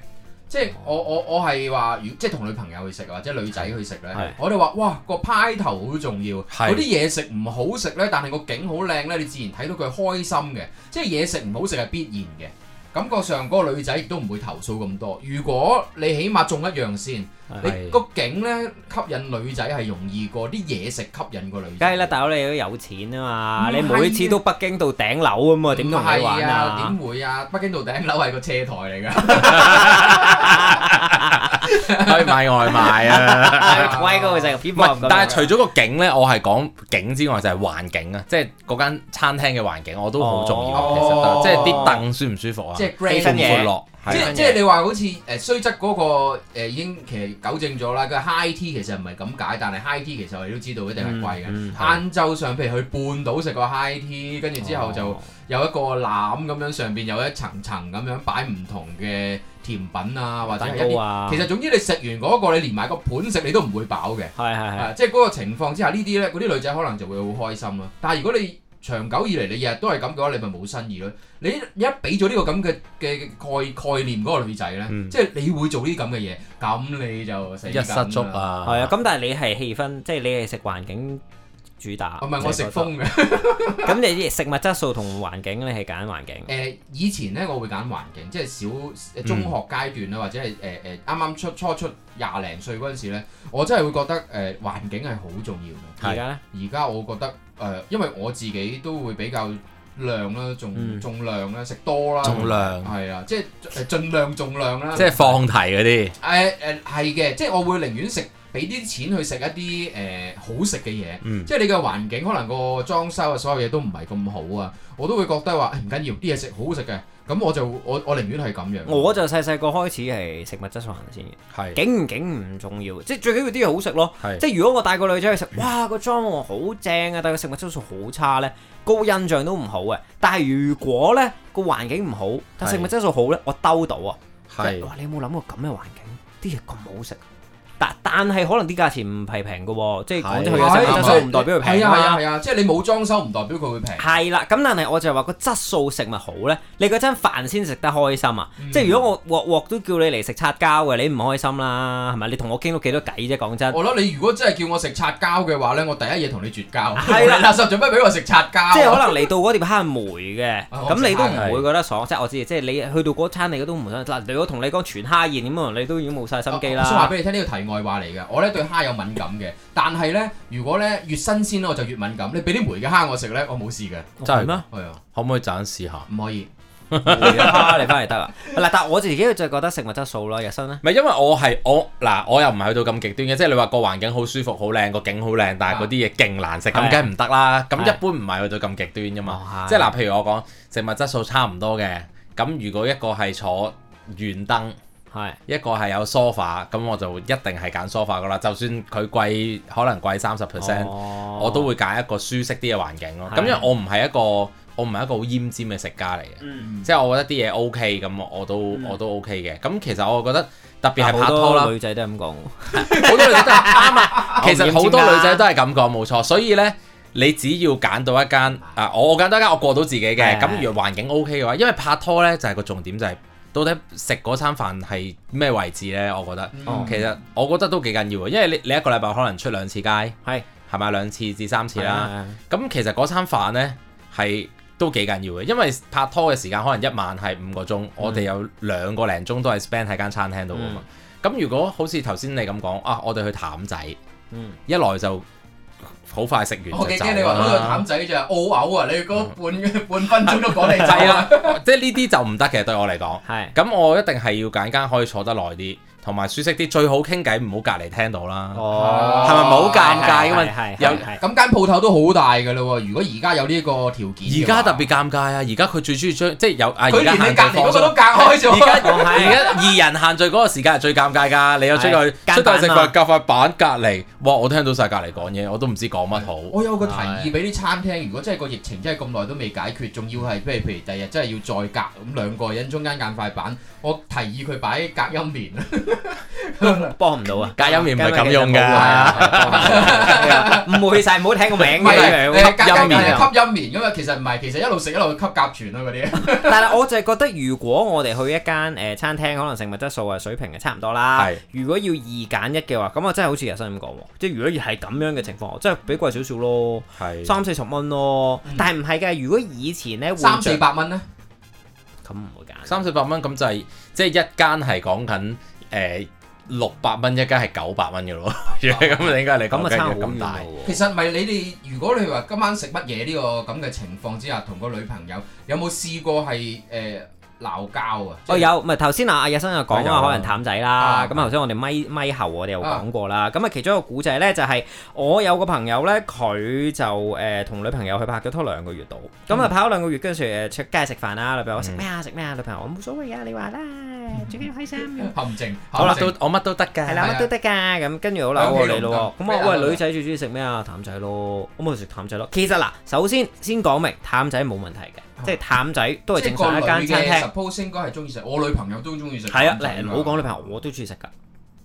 Speaker 7: 即
Speaker 5: 哦
Speaker 7: 係我我我係話，如即係同女朋友去食或者女仔去食
Speaker 5: 係
Speaker 7: 呢，我哋話哇個派頭好重要，
Speaker 8: 係
Speaker 7: 嗰啲嘢食唔好食呢，但係個景好靚呢，你自然睇到佢開心嘅，即係嘢食唔好食係必然嘅。感覺上嗰個女仔亦都唔會投訴咁多。如果你起碼中一樣先，你
Speaker 8: 係
Speaker 7: 個景呢，吸引女仔係容易過啲嘢食吸引個女
Speaker 5: 喎。梗係
Speaker 7: 仔
Speaker 5: 啦，。大佬你都有錢啊嘛，
Speaker 7: 唔
Speaker 5: 你
Speaker 7: 係
Speaker 5: 每次都北京到頂樓咁啊，點同
Speaker 7: 唔係
Speaker 5: 你玩
Speaker 7: 啊？
Speaker 5: 啊
Speaker 7: 點？會啊？北京道頂樓係個車台嚟㗎。
Speaker 8: 可以買外賣 啊。
Speaker 5: 威嗰個食邊
Speaker 8: 唔
Speaker 5: 個咁
Speaker 8: 係
Speaker 5: 樣？
Speaker 8: 但係除咗個景呢，我係講景之外就係環境啊，即係嗰間餐廳嘅環境我都好重要啊，其實
Speaker 7: 哦
Speaker 8: 都即係啲凳舒唔舒服啊，
Speaker 7: 即係
Speaker 8: 寬
Speaker 7: grey
Speaker 8: 唔
Speaker 5: 真嘢
Speaker 8: 寬落，
Speaker 7: 即
Speaker 8: 係啊
Speaker 7: 係即係你話好似誒雖則嗰個誒已經其實糾正咗啦，佢 high tea 其實唔係咁解，但係 high tea 其實我哋都知道一定係貴嘅。
Speaker 5: 嗯
Speaker 8: 係
Speaker 7: 晏晝上譬如去半島食個 high tea，跟住之後
Speaker 5: 哦
Speaker 7: 就有一個籃咁樣，上邊有一層層咁樣擺唔同嘅甜品啊，或者係
Speaker 5: 蛋
Speaker 7: 一啲
Speaker 5: 糕。啊，
Speaker 7: 其實總之你食完嗰個，你連埋個盤食你都唔會飽嘅。
Speaker 5: 係係係
Speaker 7: 啊，即係嗰個情況之下，呢啲呢，嗰啲女仔可能就會好開心咯。但係如果你長久以嚟你日日都係咁嘅話，你咪冇新意咯。你一俾咗呢個咁嘅嘅概概念嗰個女仔呢，
Speaker 8: 嗯
Speaker 7: 即係你會做呢啲咁嘅嘢，咁你就死
Speaker 8: 一
Speaker 7: 梗
Speaker 8: 失足
Speaker 7: 啦！
Speaker 8: 啊，
Speaker 5: 係啊，咁但係你係氣氛，即係你係食環境主打。
Speaker 7: 哦唔係我食風嘅。
Speaker 5: 咁你食物質素同環境，你係揀環境。
Speaker 7: 誒以前咧，我會揀環境，即係小
Speaker 8: 嗯
Speaker 7: 中學階段啊啦，或者係誒誒啱啱出初出廿零歲嗰陣時咧，我真係會覺得誒、環境係好重要嘅。
Speaker 5: 而家
Speaker 7: 而
Speaker 5: 咧，
Speaker 7: 家我覺得誒、因為我自己都會比較量啦，重
Speaker 5: 嗯
Speaker 7: 重量啦，食多啦，
Speaker 8: 重量
Speaker 7: 係啊，即係誒盡量重量啦，
Speaker 8: 即係放題嗰啲。
Speaker 7: 誒誒係嘅，即係我會寧願食俾啲錢去食一啲誒、呃好食嘅嘢，
Speaker 8: 嗯
Speaker 7: 即係你嘅環境可能個裝修啊，所有嘢都唔係咁好啊，我都會覺得話唉唔緊要，啲嘢食好好食嘅，咁我就我我寧願係咁樣。
Speaker 5: 我就細細個開始係食物質素行先嘅，
Speaker 8: 係
Speaker 5: 景唔景唔重要，即係最緊要啲嘢好食咯。
Speaker 8: 係
Speaker 5: 即係如果我帶個女仔去食，哇個裝潢好正啊，但係個食物質素好差呢，個印象都唔好嘅。但係如果呢個環境唔好，但食物質素好呢，我兜到啊。即係
Speaker 8: 係
Speaker 5: 哇！你有冇諗過咁嘅環境，啲嘢咁好食？但但係可能啲價錢唔係平嘅喎，即係講真，佢
Speaker 8: 係
Speaker 5: 嘅
Speaker 7: 係
Speaker 5: 食啊物質素唔代表佢平
Speaker 7: 係
Speaker 5: 㗎
Speaker 7: 啊係
Speaker 5: 嘛
Speaker 7: 啊係啊，即係你冇裝修唔代表佢會平。
Speaker 5: 係啦，咁但係我就係話個質素食物好呢，你嗰餐飯先食得開心啊！
Speaker 7: 嗯
Speaker 5: 即係如果我鑊鑊都叫你嚟食擦膠嘅，你唔開心啦，係咪？你同我傾到幾多偈啫？講真，
Speaker 7: 我諗你如果真係叫我食擦膠嘅話咧，我第一嘢同你絕交。
Speaker 5: 係啦
Speaker 7: 你 垃圾做咩俾我食擦膠？
Speaker 8: 啊
Speaker 5: 即係可能嚟到嗰碟蝦係梅 嘅，
Speaker 8: 哦
Speaker 7: 啊我唔
Speaker 5: 咁你都
Speaker 7: 食蝦
Speaker 5: 唔會覺得爽。即係我知，即係你去到嗰餐你都唔想。嗱，如果同你講全蝦宴咁啊，你都已經冇晒心機
Speaker 8: 哦
Speaker 7: 我想話
Speaker 5: 啦。
Speaker 7: 俾你聽，呢個題外話嚟嘅。我咧對蝦有敏感嘅，但係咧，如果咧越新鮮咧，我就越敏感。你俾啲梅嘅蝦我食咧，我冇事嘅。
Speaker 8: 真係
Speaker 5: 咩？
Speaker 7: 係啊，
Speaker 8: 可唔可以陣間試下？
Speaker 7: 唔可以。
Speaker 5: 蝦你翻嚟得啦。嗱，但我自己就覺得食物質素啦，日新啊咧。
Speaker 8: 唔係因為我係我嗱，我又唔係去到咁極端嘅，即係你話個環境好舒服、好靚，個景好靚，但係嗰啲嘢勁難食，
Speaker 5: 啊係
Speaker 8: 咁梗係唔得啦。咁
Speaker 5: 係
Speaker 8: 一般唔係去到咁極端噶嘛
Speaker 5: 哦。係
Speaker 8: 即係嗱，譬如我講食物質素差唔多嘅，咁如果一個係坐圓凳，
Speaker 5: 係
Speaker 8: 一個係有 sofa，咁我就一定係揀 sofa 噶啦。就算佢貴，可能貴三十 percent，我
Speaker 5: 我
Speaker 8: 都會揀一個舒適啲嘅環境咯。
Speaker 5: 哦係
Speaker 8: 咁因為我唔係一個我唔係一個好奄尖嘅食家嚟嘅。
Speaker 5: 嗯
Speaker 8: 即係我覺得啲嘢 O K 咁，我都
Speaker 5: 嗯啊
Speaker 8: 我都 O K 嘅。咁其實我覺得特別係
Speaker 5: 好
Speaker 8: 拍拖
Speaker 5: 多
Speaker 8: 啦，
Speaker 5: 女仔都係咁講喎。
Speaker 8: 好多女仔都係啱 啊。其實好多女仔都
Speaker 5: 係
Speaker 8: 係咁講，冇錯。所以呢，你只要揀到一間啊，我我揀到一間我過到自己
Speaker 5: 係
Speaker 8: 嘅，咁如果環境 O K 嘅話，因為拍拖呢就係個重點就係到底食嗰餐飯係咩位置呢？我覺得
Speaker 5: 哦
Speaker 8: 其實我覺得都幾緊要嘅，因為你你一個禮拜可能出兩次街，
Speaker 5: 係
Speaker 8: 係咪兩次至三次啦？
Speaker 5: 啦，
Speaker 8: 咁其實嗰餐飯呢係都幾緊要嘅，因為拍拖嘅時間可能一晚係五個
Speaker 7: 嗯
Speaker 8: 鐘，我哋有兩個零鐘都係 spend 喺間餐廳度㗎嘛。咁、如果好似頭先你咁講啊，我哋去譚仔，
Speaker 5: 嗯
Speaker 8: 一來就好快食
Speaker 7: 我
Speaker 8: 完
Speaker 7: 幾
Speaker 8: 就走
Speaker 7: 驚你話嗰個
Speaker 8: 啦
Speaker 7: 淡。仔就係澳牛啊！你嗰 半半分鐘都講你走
Speaker 8: 係
Speaker 7: 啦
Speaker 8: 啊。，即係呢啲就唔得嘅對我嚟講。
Speaker 5: 係
Speaker 8: 咁我一定係要揀間可以坐得耐啲，同埋舒適啲，最好傾偈唔好隔離聽到啦。
Speaker 5: 哦，
Speaker 8: 係咪冇尷尬㗎嘛
Speaker 5: 係
Speaker 8: 有
Speaker 5: 係
Speaker 7: 咁間鋪頭都好大㗎啦喎！如果而家有呢個條件嘅
Speaker 8: 而
Speaker 7: 話，
Speaker 8: 家特別尷尬啊！而家佢最中意將即係有啊，
Speaker 7: 佢
Speaker 8: 而家
Speaker 7: 連你
Speaker 8: 限
Speaker 7: 隔
Speaker 8: 聚
Speaker 7: 離
Speaker 8: 放
Speaker 7: 嗰個
Speaker 8: 鬆
Speaker 7: 都隔開
Speaker 8: 而
Speaker 7: 咗。
Speaker 8: 家而家二人限聚嗰個時間係最尷尬㗎，你又出去
Speaker 5: 係
Speaker 8: 出到去食
Speaker 5: 間板啊
Speaker 8: 飯，隔塊板隔離，哇！我聽到晒隔離講嘢，我都唔知講乜好。
Speaker 7: 我有個提議俾啲餐廳，如果真係個疫情真係咁耐都未解決，仲要係譬如譬如第日真係要再隔咁兩個人中間間塊板，我提議佢擺隔音棉啦。
Speaker 5: 幫唔到啊！
Speaker 8: 隔音棉唔係咁用
Speaker 5: 係啊
Speaker 7: à?
Speaker 8: 㗎，
Speaker 5: 係啊誤會晒，唔好聽個
Speaker 7: 唔
Speaker 5: 名
Speaker 7: 係
Speaker 5: 嘅。
Speaker 7: 誒隔
Speaker 8: 吸
Speaker 7: 音
Speaker 8: 音
Speaker 7: 棉
Speaker 8: 棉
Speaker 7: 吸音棉咁啊，其實唔係，其實一路食一路吸甲醛啊嗰啲。
Speaker 5: 但係我就係覺得，如果我哋去一間誒餐廳，可能食物質素係水平係差唔多啦
Speaker 8: 係。
Speaker 5: 如果要二揀一嘅話，咁我真係好似日新咁講喎，即係如果係咁樣嘅情況，我真係俾貴少少咯，
Speaker 8: 係
Speaker 5: 三四十蚊咯。但係唔係嘅，如果以前咧
Speaker 7: 三四百蚊咧，
Speaker 5: 咁唔會揀。
Speaker 8: 三四百蚊咁就係即係一間係講緊誒六百蚊，一間係九百蚊嘅咯。 如果係咁應該你
Speaker 5: 咁
Speaker 8: 講
Speaker 5: 啊
Speaker 8: 緊
Speaker 5: 差
Speaker 8: 要
Speaker 5: 好
Speaker 8: 咁
Speaker 5: 遠
Speaker 8: 大
Speaker 5: 喎。
Speaker 7: 其實唔係你哋，如果你話今晚食乜嘢呢個咁嘅情況之下，同個女朋友有冇試過係誒鬧交啊？
Speaker 5: 哦有，唔係頭先啊，阿日生又講
Speaker 8: 有
Speaker 5: 啊，
Speaker 8: 啊
Speaker 5: 可能淡仔
Speaker 7: 啊
Speaker 5: 啦，咁頭先我哋咪咪後我哋又講過啦，咁啊其中一個古仔咧就係我有個朋友咧，佢就誒同女朋友去拍咗拖兩個月度，咁
Speaker 7: 嗯
Speaker 5: 啊拍咗兩個月，跟住誒出街食飯啦，女朋友食咩啊食咩啊，女朋友我冇所謂啊，你話啦，最緊要開心。
Speaker 7: 陷阱，
Speaker 8: 好啦，
Speaker 7: 陷阱
Speaker 8: 都我乜都得㗎。
Speaker 5: 係啦，乜都得㗎，咁跟住好啦，
Speaker 7: 兩
Speaker 5: 我
Speaker 7: 皮
Speaker 5: 嚟咯喎，
Speaker 7: 龍
Speaker 5: 咁
Speaker 7: 咁
Speaker 5: 我
Speaker 7: 啊咩啊
Speaker 5: 喂女仔最中意食咩啊？淡仔咯，咁咪食淡仔咯。其實嗱，首先先講明淡仔冇問題嘅，即係淡仔都係
Speaker 7: 哦即
Speaker 5: 正
Speaker 7: 係
Speaker 5: 常一啊
Speaker 7: 個
Speaker 5: 間
Speaker 7: 女
Speaker 5: 餐
Speaker 7: 嘅
Speaker 5: 廳。
Speaker 7: suppose 應該係中意食，我女朋友都中意食。
Speaker 5: 係啊，嗱，唔好講女朋友，我都中意食㗎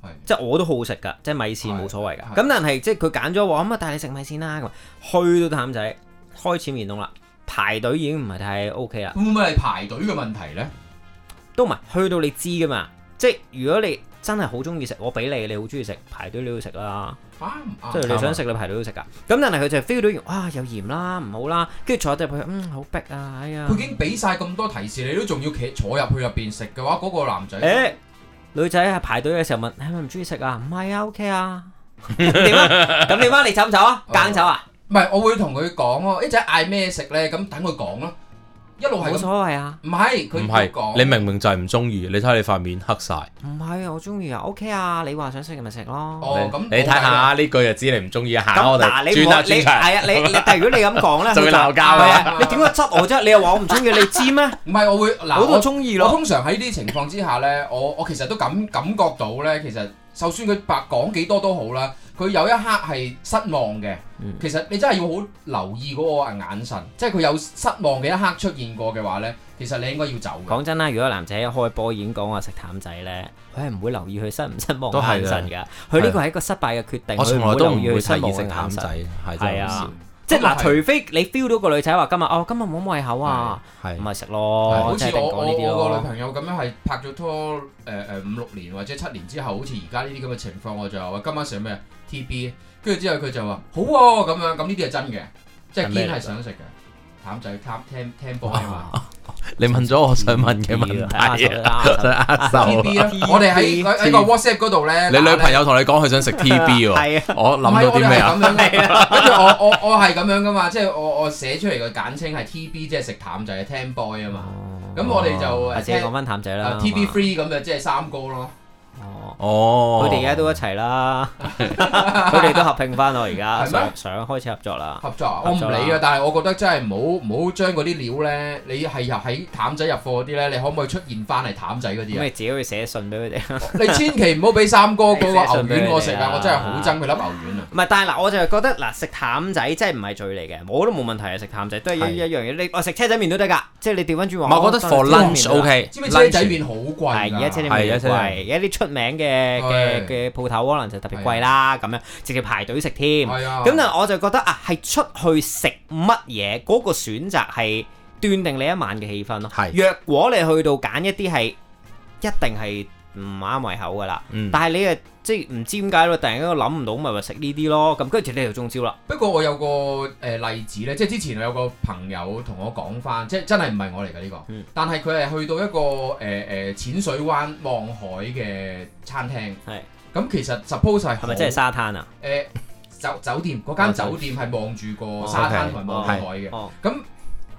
Speaker 7: 係，
Speaker 5: 即係我都好食㗎，即係米線冇所謂㗎。
Speaker 7: 係
Speaker 5: 咁但係即係佢揀咗我咁啊，帶你食米線啦咁。去到淡仔開始面凍啦，排隊已經唔係太 OK 啦，
Speaker 7: 會唔會係排隊嘅問題咧？
Speaker 5: 都唔係去到你知㗎嘛。即係如果你真係好中意食，我俾你，你好中意食，排隊你都要食
Speaker 7: 啊
Speaker 5: 啦。
Speaker 7: 啱唔啱
Speaker 5: 即係你想食你排隊都食㗎。咁但係佢就 feel 到原啊有鹽啦，唔好啦，跟住坐咗入去，嗯好逼啊，哎呀
Speaker 7: 佢已。經俾晒咁多提示，你都仲要企坐入去入邊食嘅話，嗰、個男仔
Speaker 5: 誒、女仔喺排隊嘅時候問：你係咪唔中意食啊？唔係啊，OK 啊。點啊？咁點啊？你走唔走啊？
Speaker 8: 哦
Speaker 5: 揀走啊？
Speaker 7: 唔係，我會同佢講咯，一仔嗌咩食咧，咁等佢講咯，一
Speaker 8: 哦
Speaker 7: 路係
Speaker 5: 冇
Speaker 7: 咁，
Speaker 5: 所謂啊。
Speaker 7: 唔係佢
Speaker 8: 唔
Speaker 7: 會
Speaker 8: 係
Speaker 7: 講，
Speaker 8: 你明明就係唔中意，你睇你塊面黑晒。
Speaker 5: 唔係啊，我中意啊，OK 啊。你話想食咪食咯。
Speaker 7: 哦咁
Speaker 8: 你你睇下呢句就知你唔中意下
Speaker 5: 啊咁
Speaker 8: 我哋
Speaker 5: 嗱，你
Speaker 8: 轉
Speaker 5: 唔
Speaker 8: 下
Speaker 5: 好你
Speaker 8: 轉
Speaker 5: 係
Speaker 8: 下，
Speaker 5: 啊，你你但係如果你咁講咧，
Speaker 8: 就會
Speaker 5: 佢
Speaker 8: 鬧交
Speaker 5: 係啊
Speaker 7: 啊
Speaker 5: 你點解執我啫？你又話我唔中意，你知咩？
Speaker 7: 唔係我會嗱，
Speaker 5: 我
Speaker 7: 我
Speaker 5: 都中意
Speaker 7: 我
Speaker 5: 咯。
Speaker 7: 通常喺呢啲情況之下咧，我我其實都感感覺到咧，其實就算佢白講幾多都好啦，佢有一刻係失望嘅。
Speaker 5: 嗯
Speaker 7: 其實你真係要好留意嗰個眼神，即係佢有失望嘅一刻出現過嘅話咧，其實你應該要走嘅。
Speaker 5: 講真啦，如果男仔一開波已經講話食淡仔咧，佢係唔會留意佢失唔失望
Speaker 8: 都係
Speaker 5: 嘅
Speaker 8: 㗎
Speaker 5: 眼神㗎。佢呢個係一個失敗嘅決定，佢
Speaker 8: 我從來
Speaker 5: 會
Speaker 8: 都唔
Speaker 5: 留意
Speaker 8: 會
Speaker 5: 佢失
Speaker 8: 睇
Speaker 5: 望
Speaker 8: 意識
Speaker 5: 嘅
Speaker 8: 淡
Speaker 5: 眼
Speaker 8: 仔，
Speaker 5: 神。
Speaker 8: 係真
Speaker 5: 係
Speaker 8: 係好
Speaker 5: 啊
Speaker 8: 笑。，
Speaker 5: 即係
Speaker 7: 咁啊
Speaker 5: 嗱，
Speaker 7: 係
Speaker 5: 除非你 feel 到個女仔話今日哦，今日冇乜胃口啊，咁
Speaker 8: 係
Speaker 5: 咪食咯，
Speaker 7: 好
Speaker 5: 哦即
Speaker 7: 似
Speaker 5: 係一定
Speaker 7: 我
Speaker 5: 講呢啲
Speaker 7: 我我個女
Speaker 5: 咯。
Speaker 7: 朋友咁樣係拍咗拖誒誒、呃五六年或者七年之後，好似而家呢啲咁嘅情況，我就話喂今晚食咩 TB，跟住之後佢就話好喎、咁樣，咁呢啲係真嘅，即係
Speaker 8: 係咩嚟
Speaker 7: 堅
Speaker 8: 㗎
Speaker 7: 係想食嘅。淡仔貪聽聽波啊 嘛
Speaker 8: 你問咗我想問嘅問題啊，想握手
Speaker 7: ，TB 啦，啊我哋喺喺喺個 WhatsApp 嗰度咧，
Speaker 8: 你女朋
Speaker 7: 友
Speaker 8: 友同你講佢想食 TB 喎，
Speaker 5: 係啊，
Speaker 8: 我諗到啲咩啊？
Speaker 7: 咁樣嘅，跟住我我我係咁樣噶嘛，即係我我寫出嚟嘅簡稱係 TB，即係食淡仔聽 boy 啊嘛。咁我哋就
Speaker 5: 或者
Speaker 7: 誒
Speaker 5: 哦
Speaker 7: 啊
Speaker 5: 講翻淡仔啦。啊
Speaker 7: TB
Speaker 5: 好嘛
Speaker 7: free 咁就即係三哥咯。
Speaker 5: 哦
Speaker 8: 哦，
Speaker 5: 佢哋而家都一 齊啦，佢哋都合併翻咯，而家
Speaker 7: 係咩
Speaker 5: 想想開始合作啦。
Speaker 7: 合作啊，我
Speaker 5: 合
Speaker 7: 唔
Speaker 5: 作啦
Speaker 7: 理啊，但係我覺得真係唔好唔好將嗰啲料咧，你係入喺淡仔入貨嗰啲咧，你可唔可以出現翻嚟淡仔嗰
Speaker 5: 咁
Speaker 7: 啲
Speaker 5: 你
Speaker 7: 啊？
Speaker 5: 自己去寫信俾佢哋。
Speaker 7: 你千祈唔好俾三哥嗰個牛丸我食
Speaker 5: 寫信俾你啊
Speaker 7: 啊！我真係好憎佢粒牛丸啊！
Speaker 5: 唔係，但係嗱，我就係覺得嗱，食淡仔真係唔係罪嚟嘅，我都冇問題啊，食淡仔都係一一
Speaker 8: 係
Speaker 5: 樣嘢。你我食車仔麵都得㗎，即係你調翻轉
Speaker 8: 唔
Speaker 5: 話。
Speaker 8: 係我覺得 for
Speaker 5: 當然知
Speaker 8: lunch
Speaker 5: 道啦
Speaker 8: OK，
Speaker 7: 知唔知車仔
Speaker 8: lunch
Speaker 7: 面好貴
Speaker 5: 係而家車仔
Speaker 7: 㗎？
Speaker 5: 麵
Speaker 8: 係而
Speaker 5: 好
Speaker 8: 家
Speaker 5: 貴，
Speaker 8: 車仔
Speaker 5: 而家啲出名嘅嘅嘅鋪頭可能就特別貴啦，咁樣直接排隊食添。
Speaker 7: 係啊，
Speaker 5: 咁但係我就覺得啊，係出去食乜嘢嗰個選擇係斷定你一晚嘅氣氛咯。
Speaker 8: 係
Speaker 5: 若果你去到揀一啲係一定係唔啱胃口㗎啦，
Speaker 8: 嗯
Speaker 5: 但係你啊即係唔知點解咯，突然間諗唔到咪咪食呢啲咯，咁跟住你就中招啦。
Speaker 7: 不過我有個誒、呃例子咧，即係之前有個朋友同我講翻，即係真係唔係我嚟嘅呢個，
Speaker 5: 嗯
Speaker 7: 但係佢係去到一個誒誒、呃呃淺水灣望海嘅餐廳，
Speaker 5: 係
Speaker 7: 咁其實 suppose 係
Speaker 5: 係咪
Speaker 7: 好
Speaker 5: 真係哦沙灘啊？
Speaker 7: 誒酒酒店嗰間酒店係望住個沙灘同埋望海嘅，
Speaker 5: 哦，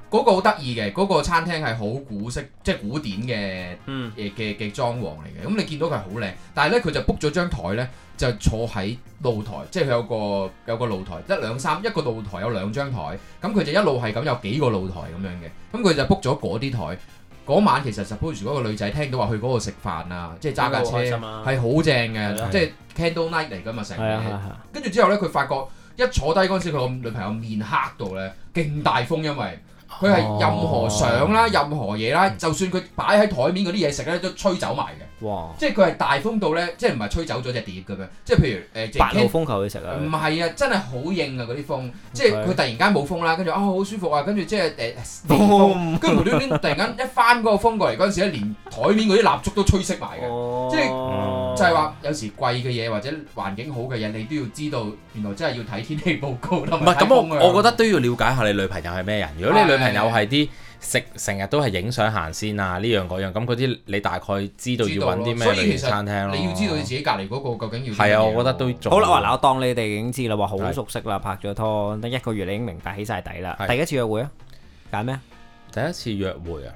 Speaker 7: 嗰個好得意嘅，嗰個餐廳係好古式，即係古典嘅
Speaker 5: 嗯，
Speaker 7: 嘅嘅嘅裝潢嚟嘅。咁你見到佢係好靚，但係咧佢就 book 咗張台咧，就坐喺露台，即係佢有個有個露台，一兩三一個露台有兩張台，咁佢就一路係咁有幾個露台咁樣嘅，咁佢就 book 咗嗰啲台。嗰晚其實 suppose 嗰個女仔聽到話去嗰度食飯啊，即係揸架
Speaker 5: 應該好開
Speaker 7: 車
Speaker 5: 心啊
Speaker 7: 係好正
Speaker 5: 係咯
Speaker 7: 嘅，即係 candle night 嚟㗎嘛成
Speaker 5: 係啊係
Speaker 7: 日。
Speaker 5: 啊係啊，
Speaker 7: 跟住之後咧，佢發覺一坐低嗰陣時，佢個女朋友面黑到咧，勁大風，因為佢
Speaker 5: 哦
Speaker 7: 係任何相啦、任何嘢啦，
Speaker 5: 嗯
Speaker 7: 就算佢擺喺台面嗰啲嘢食咧，都吹走埋嘅。
Speaker 5: 哇！
Speaker 7: 即係佢係大風到咧，即係唔係吹走咗隻碟咁樣？即係譬如呃誒，淨
Speaker 5: 白
Speaker 7: 係
Speaker 5: 露風球去食啊
Speaker 7: 唔！係啊，真係好硬啊嗰啲風，即係佢突然間冇風啦，跟住啊好舒服啊，跟住即係誒微 風，跟住無端端突然間一翻嗰個風過嚟嗰陣時咧，連台面嗰啲蠟燭都吹熄埋嘅。
Speaker 5: 哦
Speaker 7: 即係就係話有時貴嘅嘢或者環境好嘅嘢，你都要知道，原來真係要睇天氣報告啦。
Speaker 8: 唔係咁，我我覺
Speaker 7: 得
Speaker 8: 得都要了解下你女朋友係咩人。如果你女朋友係啲食成日都係影相行先啊，呢樣嗰樣咁嗰啲，你大概知道要揾啲咩類型餐廳咯。
Speaker 7: 你要知道你自己隔離嗰個究竟要
Speaker 8: 係啊，我覺得都
Speaker 7: 做。
Speaker 8: 仲
Speaker 5: 好啦，嗱，我當你哋已經知啦，話好
Speaker 8: 係
Speaker 5: 熟悉啦，拍咗拖得一個月，你已經明白起晒底啦。
Speaker 8: 係
Speaker 5: 第一次約會啊，揀咩？
Speaker 8: 第一次約會啊，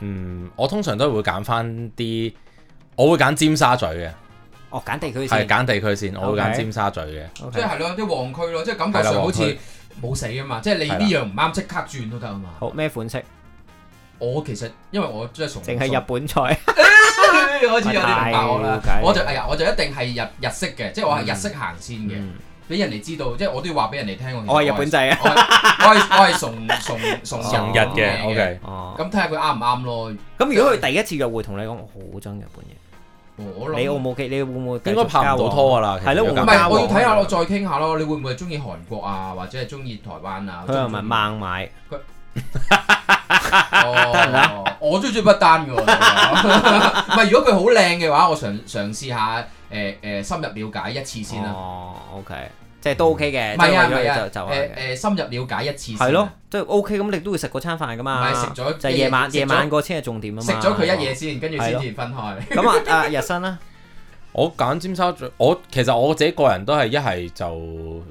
Speaker 8: 嗯，我通常都會揀翻啲，我會揀尖沙咀嘅，
Speaker 5: 哦，揀地區
Speaker 8: 係
Speaker 5: 先。
Speaker 8: 揀地區先，我會
Speaker 5: OK
Speaker 8: 揀尖沙咀嘅。
Speaker 5: O
Speaker 7: 即
Speaker 5: K，
Speaker 7: 係咯，即係旺區咯，即係感覺上好似冇死啊嘛，即係你呢樣唔啱即刻轉都得啊嘛。
Speaker 5: 好咩款式？
Speaker 7: 我其實因為我真係崇
Speaker 5: 淨 係日本菜。
Speaker 7: 好似有啲明白我啦
Speaker 5: 太了解。
Speaker 7: 我就哎呀，我就一定係日日式嘅，即係我係日式行先嘅，
Speaker 5: 嗯
Speaker 7: 俾人哋知道，即係我都要話俾人哋聽。
Speaker 5: 我係日本仔啊。
Speaker 7: 我係我係我係崇崇崇
Speaker 8: 同日嘅
Speaker 7: 嘅
Speaker 8: ，OK，
Speaker 5: 哦，
Speaker 7: 咁睇下佢啱唔啱咯。
Speaker 5: 咁如果佢第一次約會同你講，我好憎日本
Speaker 7: 我
Speaker 5: 嘢，你
Speaker 7: 諗
Speaker 5: 會
Speaker 7: 唔
Speaker 5: 唔 OK？你會唔會繼續
Speaker 8: 應該拍唔到拖
Speaker 5: 交往
Speaker 8: 噶啦。其實
Speaker 5: 係咯
Speaker 8: 如果
Speaker 5: 唔
Speaker 8: 揀
Speaker 7: 係，我要
Speaker 8: 交往
Speaker 7: 睇下，我再傾下咯。你會唔會係中意韓國啊，或者係中意台灣啊？
Speaker 5: 佢係咪
Speaker 7: 中唔中意
Speaker 5: 猛買？
Speaker 7: 得 唔得？我 中意追不單嘅喎，唔係如果佢好靚嘅話，我嘗嘗試下誒誒深入了解一次先啦。
Speaker 5: 哦，OK，即係都 OK 嘅，
Speaker 7: 唔
Speaker 5: 即係
Speaker 7: 係啊，唔
Speaker 5: 為咗
Speaker 7: 係
Speaker 5: 你
Speaker 7: 啊
Speaker 5: 就，就
Speaker 7: 誒
Speaker 5: 係
Speaker 7: 誒深入了解一次先。
Speaker 5: 係咯，，即係 OK，咁你都會食嗰餐飯噶
Speaker 7: 唔
Speaker 5: 嘛？
Speaker 7: 係食咗
Speaker 5: 就係夜晚
Speaker 7: 食咗
Speaker 5: 夜晚個先係重點啊嘛。
Speaker 7: 食咗佢一嘢先，跟住先至分開。
Speaker 5: 咁啊，阿日新啦，
Speaker 8: 我揀尖沙咀，我其實我自己個人都係一係就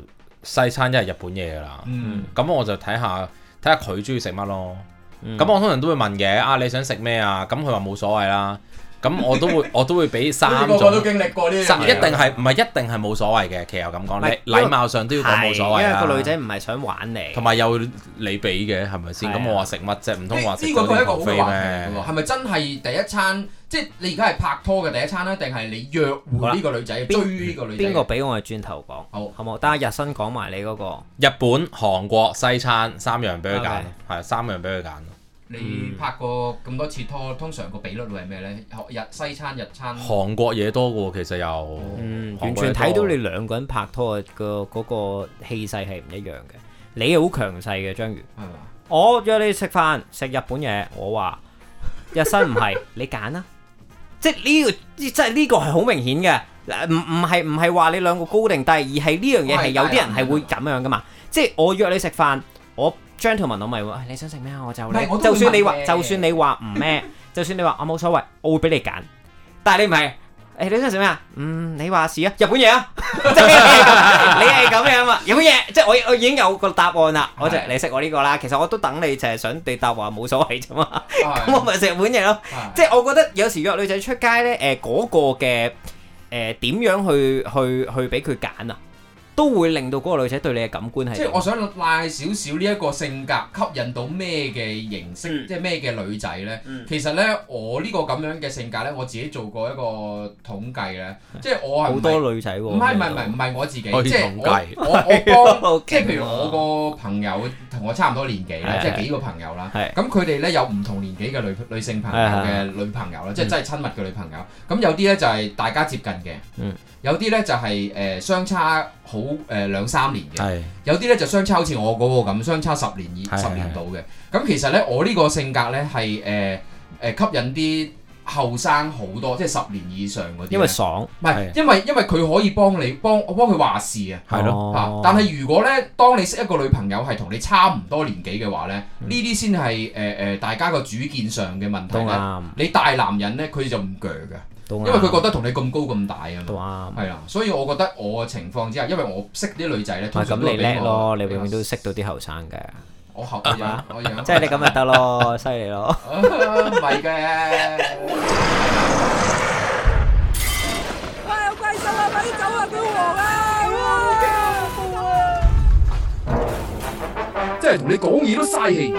Speaker 8: 西餐，一係日本嘢㗎啦。
Speaker 7: 嗯，
Speaker 8: 咁我就睇下睇下佢中意食乜咯。
Speaker 5: 嗯
Speaker 8: 咁我通常都會問嘅，啊你想食咩啊？咁佢話冇所謂啦。咁我都會我都會俾三
Speaker 7: 好似個個都
Speaker 8: 種，
Speaker 7: 經歷過呢
Speaker 8: 三
Speaker 7: 樣
Speaker 8: 一
Speaker 7: 嘢
Speaker 8: 定係唔係一定係冇所謂嘅？其實又咁
Speaker 5: 唔
Speaker 8: 講，
Speaker 5: 係
Speaker 8: 禮禮貌上都要講冇所謂
Speaker 5: 係因為個
Speaker 8: 啦
Speaker 5: 女。仔唔係想玩你，
Speaker 8: 同埋有你俾嘅係咪先？
Speaker 5: 係啊
Speaker 8: 咁我話食乜啫？唔通話
Speaker 7: 呢
Speaker 8: 食
Speaker 7: 呢個
Speaker 8: 咗
Speaker 7: 都係
Speaker 8: 啲
Speaker 7: 一個好嘅
Speaker 8: 咖啡
Speaker 7: 話題嚟
Speaker 8: 咩
Speaker 7: 喎，？係咪真係第一餐？即係你而家係拍拖嘅第一餐啦，定係你約會呢個女仔、追呢個女仔？
Speaker 5: 邊個俾我哋轉頭講？
Speaker 7: 好
Speaker 5: 好冇？等阿日新講埋你嗰個。
Speaker 8: 日本、韓國、西餐三樣俾佢揀
Speaker 5: OK，
Speaker 8: 係三樣俾佢揀。
Speaker 7: 你
Speaker 5: 嗯
Speaker 7: 拍過咁多次拖，通常個比率會係咩呢？日西餐、日餐，
Speaker 8: 韓國嘢多嘅喎，其實又
Speaker 5: 嗯，
Speaker 8: 韓
Speaker 5: 完
Speaker 8: 國嘢
Speaker 5: 全睇
Speaker 8: 多
Speaker 5: 到你兩個人拍拖嘅個嗰個氣勢係唔一樣嘅。你好強勢嘅章魚，
Speaker 7: 係嘛？
Speaker 5: 我約你食飯食日本嘢，我話日新唔係，你揀啦。 即係呢、個，即係呢個係好明顯嘅。嗱唔唔係唔係話你兩個高定低，而係呢樣嘢
Speaker 7: 啊
Speaker 5: 係有啲人係會咁樣噶嘛。即係我約你食飯，我 gentleman 我咪話哎你想食咩啊我就
Speaker 7: 唔係我
Speaker 5: 你，
Speaker 7: 都
Speaker 5: 就
Speaker 7: 會
Speaker 5: 算你
Speaker 7: 問
Speaker 5: 話
Speaker 7: 嘅
Speaker 5: 就算你話唔 咩，就算你話我冇所謂，我會俾你揀。但係你唔係。誒你想食咩啊？嗯，你話事啊，日本嘢 啊，即係你係咁樣嘛？日本嘢，即係我我已經有個答案啦，我就
Speaker 7: 係
Speaker 5: 你識我呢個啦。其實我都等你，就係想你答話冇所謂啫嘛。咁我
Speaker 7: 係
Speaker 5: 咪食日本嘢咯。
Speaker 7: 係
Speaker 5: 即係我覺得有時約女仔出街咧，誒、嗰、個嘅誒點樣去去去俾佢揀啊，都會令到嗰個女仔對你嘅感官係
Speaker 7: 即係我想賴少少呢一個性格吸引到咩嘅形式，
Speaker 5: 嗯
Speaker 7: 即係咩嘅女仔呢？
Speaker 5: 嗯
Speaker 7: 其實呢，我呢個咁樣嘅性格呢，我自己做過一個統計呢，即係我係
Speaker 5: 嗯好
Speaker 7: 唔係
Speaker 5: 多女仔喎。
Speaker 7: 唔係唔係唔係唔係我自己，即
Speaker 8: 可以
Speaker 7: 係
Speaker 8: 統計
Speaker 7: 我我我
Speaker 5: 好
Speaker 7: 幫
Speaker 5: 勁 喎，
Speaker 7: 即係譬如我個朋友同我差唔多年紀啦
Speaker 5: 係，
Speaker 7: 即係幾個朋友啦。
Speaker 5: 係
Speaker 7: 咁佢哋咧有唔同年紀嘅女女性朋友嘅
Speaker 5: 係
Speaker 7: 女朋友啦，即
Speaker 8: 嗯
Speaker 7: 係真係親密嘅女朋友。咁有啲咧就係大家接近嘅
Speaker 5: 嗯，
Speaker 7: 有啲咧就係誒相差好誒兩三年嘅，
Speaker 8: 係
Speaker 7: 有啲咧就相差好似我嗰個咁，相差十年以
Speaker 8: 係
Speaker 7: 十年到嘅。咁其實咧我呢個性格咧係誒誒吸引啲後生好多，即係十年以上嗰啲呢。
Speaker 5: 因為爽
Speaker 7: 唔係，因為因為佢可以幫你幫我幫佢話事啊。
Speaker 8: 係咯，
Speaker 7: 嚇
Speaker 5: 咯！
Speaker 7: 但係如果咧，當你識一個女朋友係同你差唔多年紀嘅話咧，呢啲先係誒誒大家個主見上嘅問題
Speaker 5: 嗯都
Speaker 7: 咧。
Speaker 5: 啱，
Speaker 7: 你大男人咧，佢就唔鋸嘅，
Speaker 5: 都
Speaker 7: 因
Speaker 5: 啱，
Speaker 7: 為佢覺得同你咁高咁大啊
Speaker 5: 都
Speaker 7: 嘛。
Speaker 5: 啱。
Speaker 7: 係啦，所以我覺得我嘅情況之下，因為我識啲女仔咧，
Speaker 5: 唔
Speaker 7: 通
Speaker 5: 係啊咁
Speaker 7: 常都係
Speaker 5: 你
Speaker 7: 比較
Speaker 5: 叻咯，你
Speaker 7: 比較
Speaker 5: 永遠都識到啲後生嘅，
Speaker 7: 我後我有
Speaker 5: 啊
Speaker 7: 我 有，
Speaker 5: 即係你咁咪得 咯，犀利咯。
Speaker 7: 啊唔係嘅。哎啊
Speaker 2: 即係同你講嘢都嘥氣。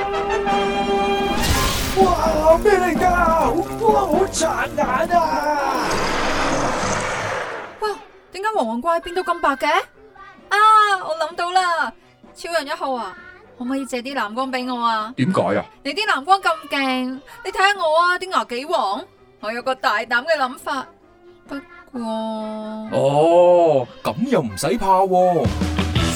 Speaker 10: 哇，咩嚟噶？哇，好殘眼啊！
Speaker 1: 哇，點解黃黃怪變到咁白嘅？啊，我諗到啦，超人一號啊，可唔可以借啲藍光俾我啊？
Speaker 2: 點解啊？
Speaker 1: 你啲藍光咁勁，你睇下我啊，啲牙幾黃。我有個大膽嘅諗法，不過。
Speaker 2: 哦，
Speaker 3: 咁又唔使怕喎、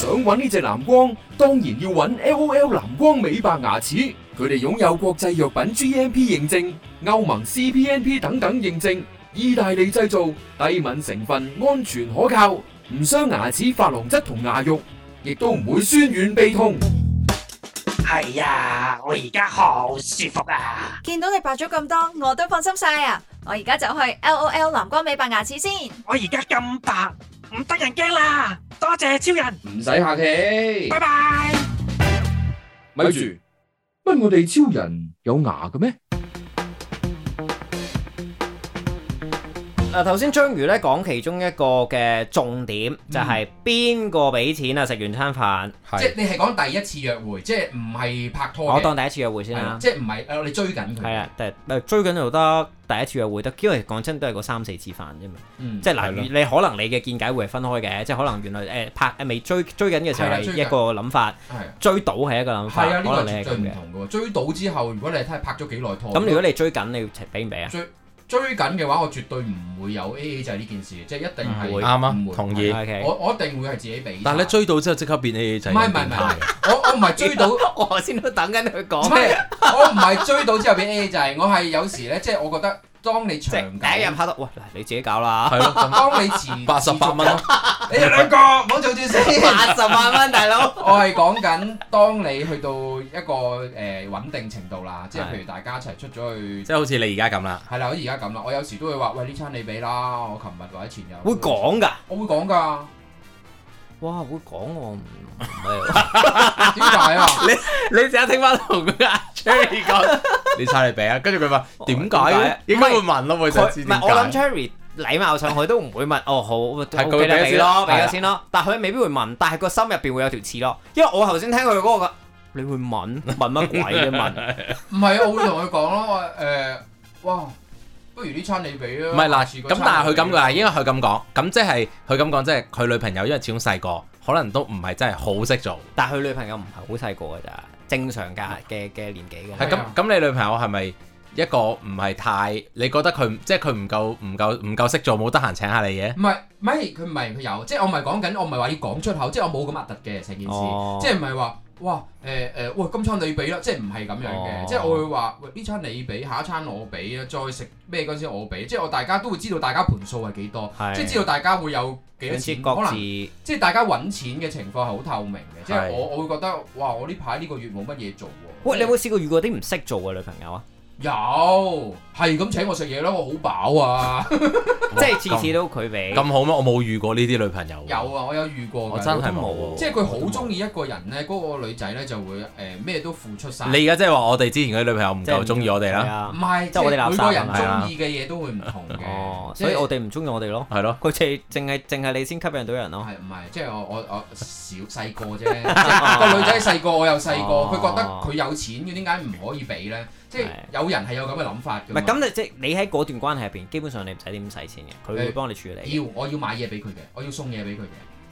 Speaker 3: 想揾呢只藍光，當然要揾 LOL 藍光美白牙齒。佢哋擁有國際藥品 GMP 認證、歐盟 CPNP 等等認證，意大利製造，低敏成分，安全可靠，唔傷牙齒珐琅質同牙肉，亦都唔會酸軟鼻痛。
Speaker 4: 係啊，我而家好舒服啊！
Speaker 9: 見到你白咗咁多，我都放心晒啊！我而家就去 L O L 藍光美白牙齒先。
Speaker 4: 我而家咁白，唔得人驚啦！多謝超人，
Speaker 2: 唔使客氣
Speaker 7: 嗯
Speaker 4: 拜。拜。
Speaker 2: 咪住，乜我哋超人有牙嘅咩？
Speaker 5: 嗱，啊頭先章魚咧講其中一個嘅重點就係邊個俾錢啊？食完餐飯，
Speaker 7: 即係
Speaker 8: 係
Speaker 7: 你係講第一次約會，即係唔係拍拖嘅
Speaker 5: 我當第一次約會先
Speaker 7: 係啦啊
Speaker 5: 啦。
Speaker 7: 即係唔係誒你追緊佢
Speaker 5: 係啊，但係追緊又得，第一次約會得，因為講真都係個三四次飯啫嘛。
Speaker 7: 嗯
Speaker 5: 即係嗱，
Speaker 8: 係咯
Speaker 5: 你你可能你嘅見解會係分開嘅，即係可能原來誒拍未追追緊嘅時候
Speaker 7: 係啦
Speaker 5: 係
Speaker 7: 追緊
Speaker 5: 一個諗法，
Speaker 7: 係。
Speaker 5: 追到係一個諗法，
Speaker 7: 係啊，呢個
Speaker 5: 可能
Speaker 7: 係
Speaker 5: 你係
Speaker 7: 絕對
Speaker 5: 咁
Speaker 7: 唔
Speaker 5: 嘅。
Speaker 7: 同嘅喎。追到之後，如果你睇下拍咗幾耐拖，
Speaker 5: 咁如果你追緊，你要俾唔俾啊？
Speaker 7: 追追緊嘅話，我絕對唔會有 A A 制呢件事，即係一定係
Speaker 5: 唔會
Speaker 8: 啱
Speaker 7: 唔
Speaker 8: 啊
Speaker 7: 會，
Speaker 8: 同意。
Speaker 5: OK
Speaker 7: 我我一定會係自己俾。
Speaker 8: 但係你追到之後即刻變 A A 制，
Speaker 7: 唔係唔係唔係，我我唔 係追到。
Speaker 5: 我頭先都等緊佢
Speaker 7: 唔
Speaker 5: 講，
Speaker 7: 係，我唔係追到之後俾 A A 制，我係有時咧，即係我覺得當你
Speaker 5: 即
Speaker 7: 長
Speaker 5: 係第一日
Speaker 7: 久，
Speaker 5: 拍得，喂，嗱你自己搞啦，
Speaker 8: 係咯，
Speaker 7: 當你持
Speaker 8: 八十八，蚊咯，
Speaker 7: 你哋兩個唔好做住先。
Speaker 5: 八十萬蚊大佬，
Speaker 7: 我係講緊當你去到一個誒、呃、穩定程度啦，即係
Speaker 5: 係
Speaker 7: 譬如大家一齊出咗去，
Speaker 8: 即係好似你而家 咁啦。
Speaker 7: 係啦，好似而家咁啦，我有時都會話：喂，呢餐你俾啦，我琴日或者前日
Speaker 5: 會，講㗎，
Speaker 7: 我會講㗎，
Speaker 5: 哇，會講我唔唔係，
Speaker 7: 點解啊？
Speaker 5: 你成日聽翻同佢阿 Cherry 講。
Speaker 8: 哎你猜你俾啊？跟住佢話
Speaker 7: 哦
Speaker 8: 點
Speaker 5: 點解
Speaker 8: 解
Speaker 5: 啊？
Speaker 8: 應該會問咯，會
Speaker 5: 佢
Speaker 8: 就
Speaker 5: 唔
Speaker 8: 知
Speaker 5: 係
Speaker 8: 點
Speaker 5: 我諗
Speaker 8: 解。
Speaker 5: Cherry 禮貌上佢都唔會問 哦好，
Speaker 8: 係
Speaker 5: 係
Speaker 8: 佢會俾咗
Speaker 5: 俾
Speaker 8: 先
Speaker 5: 咯，
Speaker 8: 咯
Speaker 5: 俾
Speaker 8: 係
Speaker 5: 咗
Speaker 8: 啊
Speaker 5: 先咯。但係佢未必會問，但係個心入邊會有條刺咯。因為我頭先聽佢嗰個，你會問問乜鬼啫問？
Speaker 7: 唔係啊，我會同佢講咯，我誒、呃哇，不如呢餐你俾啊。
Speaker 8: 唔係嗱，
Speaker 7: 下次嗰
Speaker 8: 咁但係
Speaker 7: 餐
Speaker 8: 佢咁
Speaker 7: 你
Speaker 8: 㗎
Speaker 7: 俾
Speaker 8: 啦，應該佢咁講，咁即係佢咁講，即係佢女朋友，因為始終細個，可能都唔係真係好識做。
Speaker 5: 但係佢女朋友唔係好細個㗎咋，正常㗎嘅嘅年紀
Speaker 8: 係
Speaker 5: 㗎。
Speaker 7: 係
Speaker 8: 咁
Speaker 7: 啊
Speaker 8: 咁，你女朋友係咪一個唔係太？你覺得佢唔即係佢唔夠唔夠唔夠識做，冇得閒請下你嘅？
Speaker 7: 唔係，唔係佢唔係佢有，即係我唔係講緊，我唔係話要講出口，即係我冇咁核突嘅成件事，
Speaker 5: 哦
Speaker 7: 即係唔係話哇誒誒，喂今餐你俾啦，即係唔係咁樣嘅，
Speaker 5: 哦
Speaker 7: 即係我會話喂呢餐你俾，下一餐我俾啊，再食咩嗰陣時我俾，即係我大家都會知道大家盤數係幾多，
Speaker 5: 係
Speaker 7: 即係知道大家會有幾多
Speaker 5: 總之
Speaker 7: 錢，
Speaker 5: 各
Speaker 7: 可
Speaker 5: 自
Speaker 7: 能即係大家揾錢嘅情況係好透明嘅，即係
Speaker 8: 係
Speaker 7: 我我會覺得哇我呢排呢個月冇乜嘢做喎，
Speaker 5: 喂，你有冇試過遇過啲唔識做嘅女朋友啊？
Speaker 7: 有係咁請我食嘢啦，我好飽啊，
Speaker 5: 即係次次都佢俾，
Speaker 8: 咁好咩？我冇遇過呢啲女朋友。
Speaker 7: 有啊我有遇過㗎，
Speaker 8: 我真係冇
Speaker 5: 我都冇
Speaker 8: 喎。
Speaker 7: 即係佢好中意一個人咧，嗰、個女仔咧就會誒咩、都付出晒。
Speaker 8: 你而家即係話我哋之前嗰啲女朋友唔
Speaker 5: 即係
Speaker 8: 夠中意我哋
Speaker 5: 係
Speaker 8: 啦，
Speaker 7: 唔
Speaker 5: 啊。
Speaker 7: 係，
Speaker 5: 即
Speaker 7: 即
Speaker 5: 係
Speaker 7: 係
Speaker 5: 我哋垃圾
Speaker 7: 每個人
Speaker 8: 係啊
Speaker 7: 中意嘅嘢都會唔同嘅。
Speaker 5: 哦，
Speaker 7: 嗯即係
Speaker 5: 所以我哋唔中意我哋咯。
Speaker 8: 係咯。
Speaker 5: 佢哋淨係淨係你先吸引到人咯。
Speaker 7: 係唔係？即係我我我小細個啫，即 係個女仔細個，我又細個，
Speaker 5: 哦
Speaker 7: 佢覺得佢有錢嘅，點解唔可以俾咧？即係有人係有咁嘅諗法
Speaker 5: 唔
Speaker 7: 㗎嘛。
Speaker 5: 係咁，你即係你喺嗰段關係入邊，基本上你唔使點使錢嘅，佢會
Speaker 7: 誒
Speaker 5: 幫你處理。
Speaker 7: 要我要買嘢俾佢嘅，我要送嘢俾佢嘅。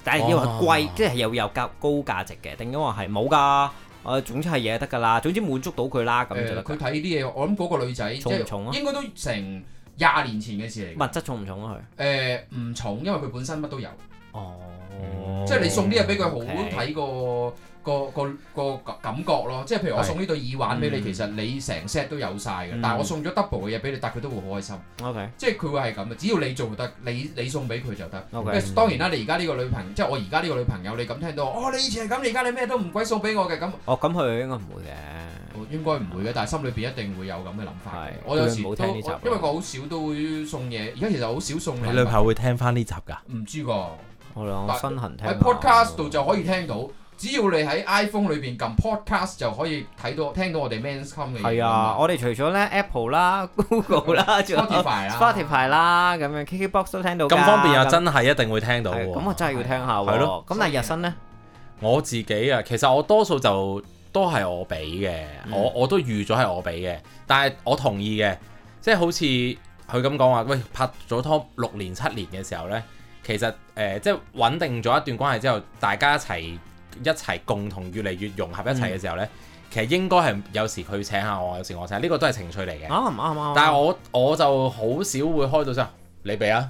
Speaker 5: 但係要話貴
Speaker 8: 哦，
Speaker 5: 即係又有價高價值嘅，定因為係冇㗎？誒，總之係嘢得㗎啦，總之滿足到佢啦，咁就
Speaker 7: 誒，
Speaker 5: 得
Speaker 7: 佢
Speaker 5: 㗎。
Speaker 7: 睇啲嘢，我諗嗰個女仔即
Speaker 5: 重唔重啊
Speaker 7: 係應該都成廿年前嘅事嚟
Speaker 5: 物
Speaker 7: 嘅。
Speaker 5: 質重唔重啊？
Speaker 7: 誒唔重，因為佢本身乜都有。
Speaker 5: 佢哦，
Speaker 7: 即係你送啲嘢俾佢，好
Speaker 5: OK
Speaker 7: 睇個個個個感覺咯。即係譬如我送呢對耳環俾你，其實你成 set 都有晒嘅
Speaker 5: 嗯，
Speaker 7: 但係我送咗 double 嘅嘢俾你，但係佢都會好開心。
Speaker 5: OK
Speaker 7: 即係佢會係咁嘅，啊只要你做得，你你送俾佢就得。因
Speaker 5: OK
Speaker 7: 為當然啦，你而家呢個女朋友，即係我而家呢個女朋友，你咁聽到，哦，你以前係咁，你而家你咩都唔鬼送俾我嘅，咁
Speaker 5: 哦，咁佢應該唔會嘅。
Speaker 7: 我應該唔會嘅，但係心裏邊一定會有咁嘅諗法
Speaker 5: 係
Speaker 7: 嘅。我有時
Speaker 5: 佢唔好
Speaker 7: 都
Speaker 5: 聽呢集啦
Speaker 7: 因為我好少都會送嘢，而家其實好少送
Speaker 8: 你女朋
Speaker 7: 禮
Speaker 8: 友會聽翻呢集㗎？
Speaker 7: 物，唔知喎。
Speaker 5: 我兩
Speaker 7: 但
Speaker 5: 身痕聽
Speaker 7: 喺
Speaker 5: 下
Speaker 7: podcast 度就可以聽到，只要你喺 iPhone 裏邊撳 podcast 就可以睇到聽到我哋 Men's Come 嘅嘢。
Speaker 5: 係啊，我哋除咗咧 Apple 啦、Google 啦，仲有
Speaker 7: Spotify 啦
Speaker 5: Spotify 啦，咁樣 KKBox 都聽到㗎。
Speaker 8: 咁方便又真係一定會聽到
Speaker 5: 係
Speaker 8: 喎。
Speaker 5: 咁我真係要聽下喎。
Speaker 8: 係咯
Speaker 5: 咁但係日新咧，
Speaker 8: 我自己啊，其實我多數就都係我俾嘅，
Speaker 5: 嗯
Speaker 8: 我我都預咗係我俾嘅，但係我同意嘅，即係好似佢咁講話，喂拍咗拖六年七年嘅時候呢，其實誒、呃即係穩定咗一段關係之後，大家一齊一齊共同越嚟越融合一齊嘅時候
Speaker 5: 嗯
Speaker 8: 呢，其實應該係有時佢請下我，有時我請，呢、個都係情趣嚟嘅。
Speaker 5: 啱唔啱啊？
Speaker 8: 但係我我就好少會開到聲，你俾啊，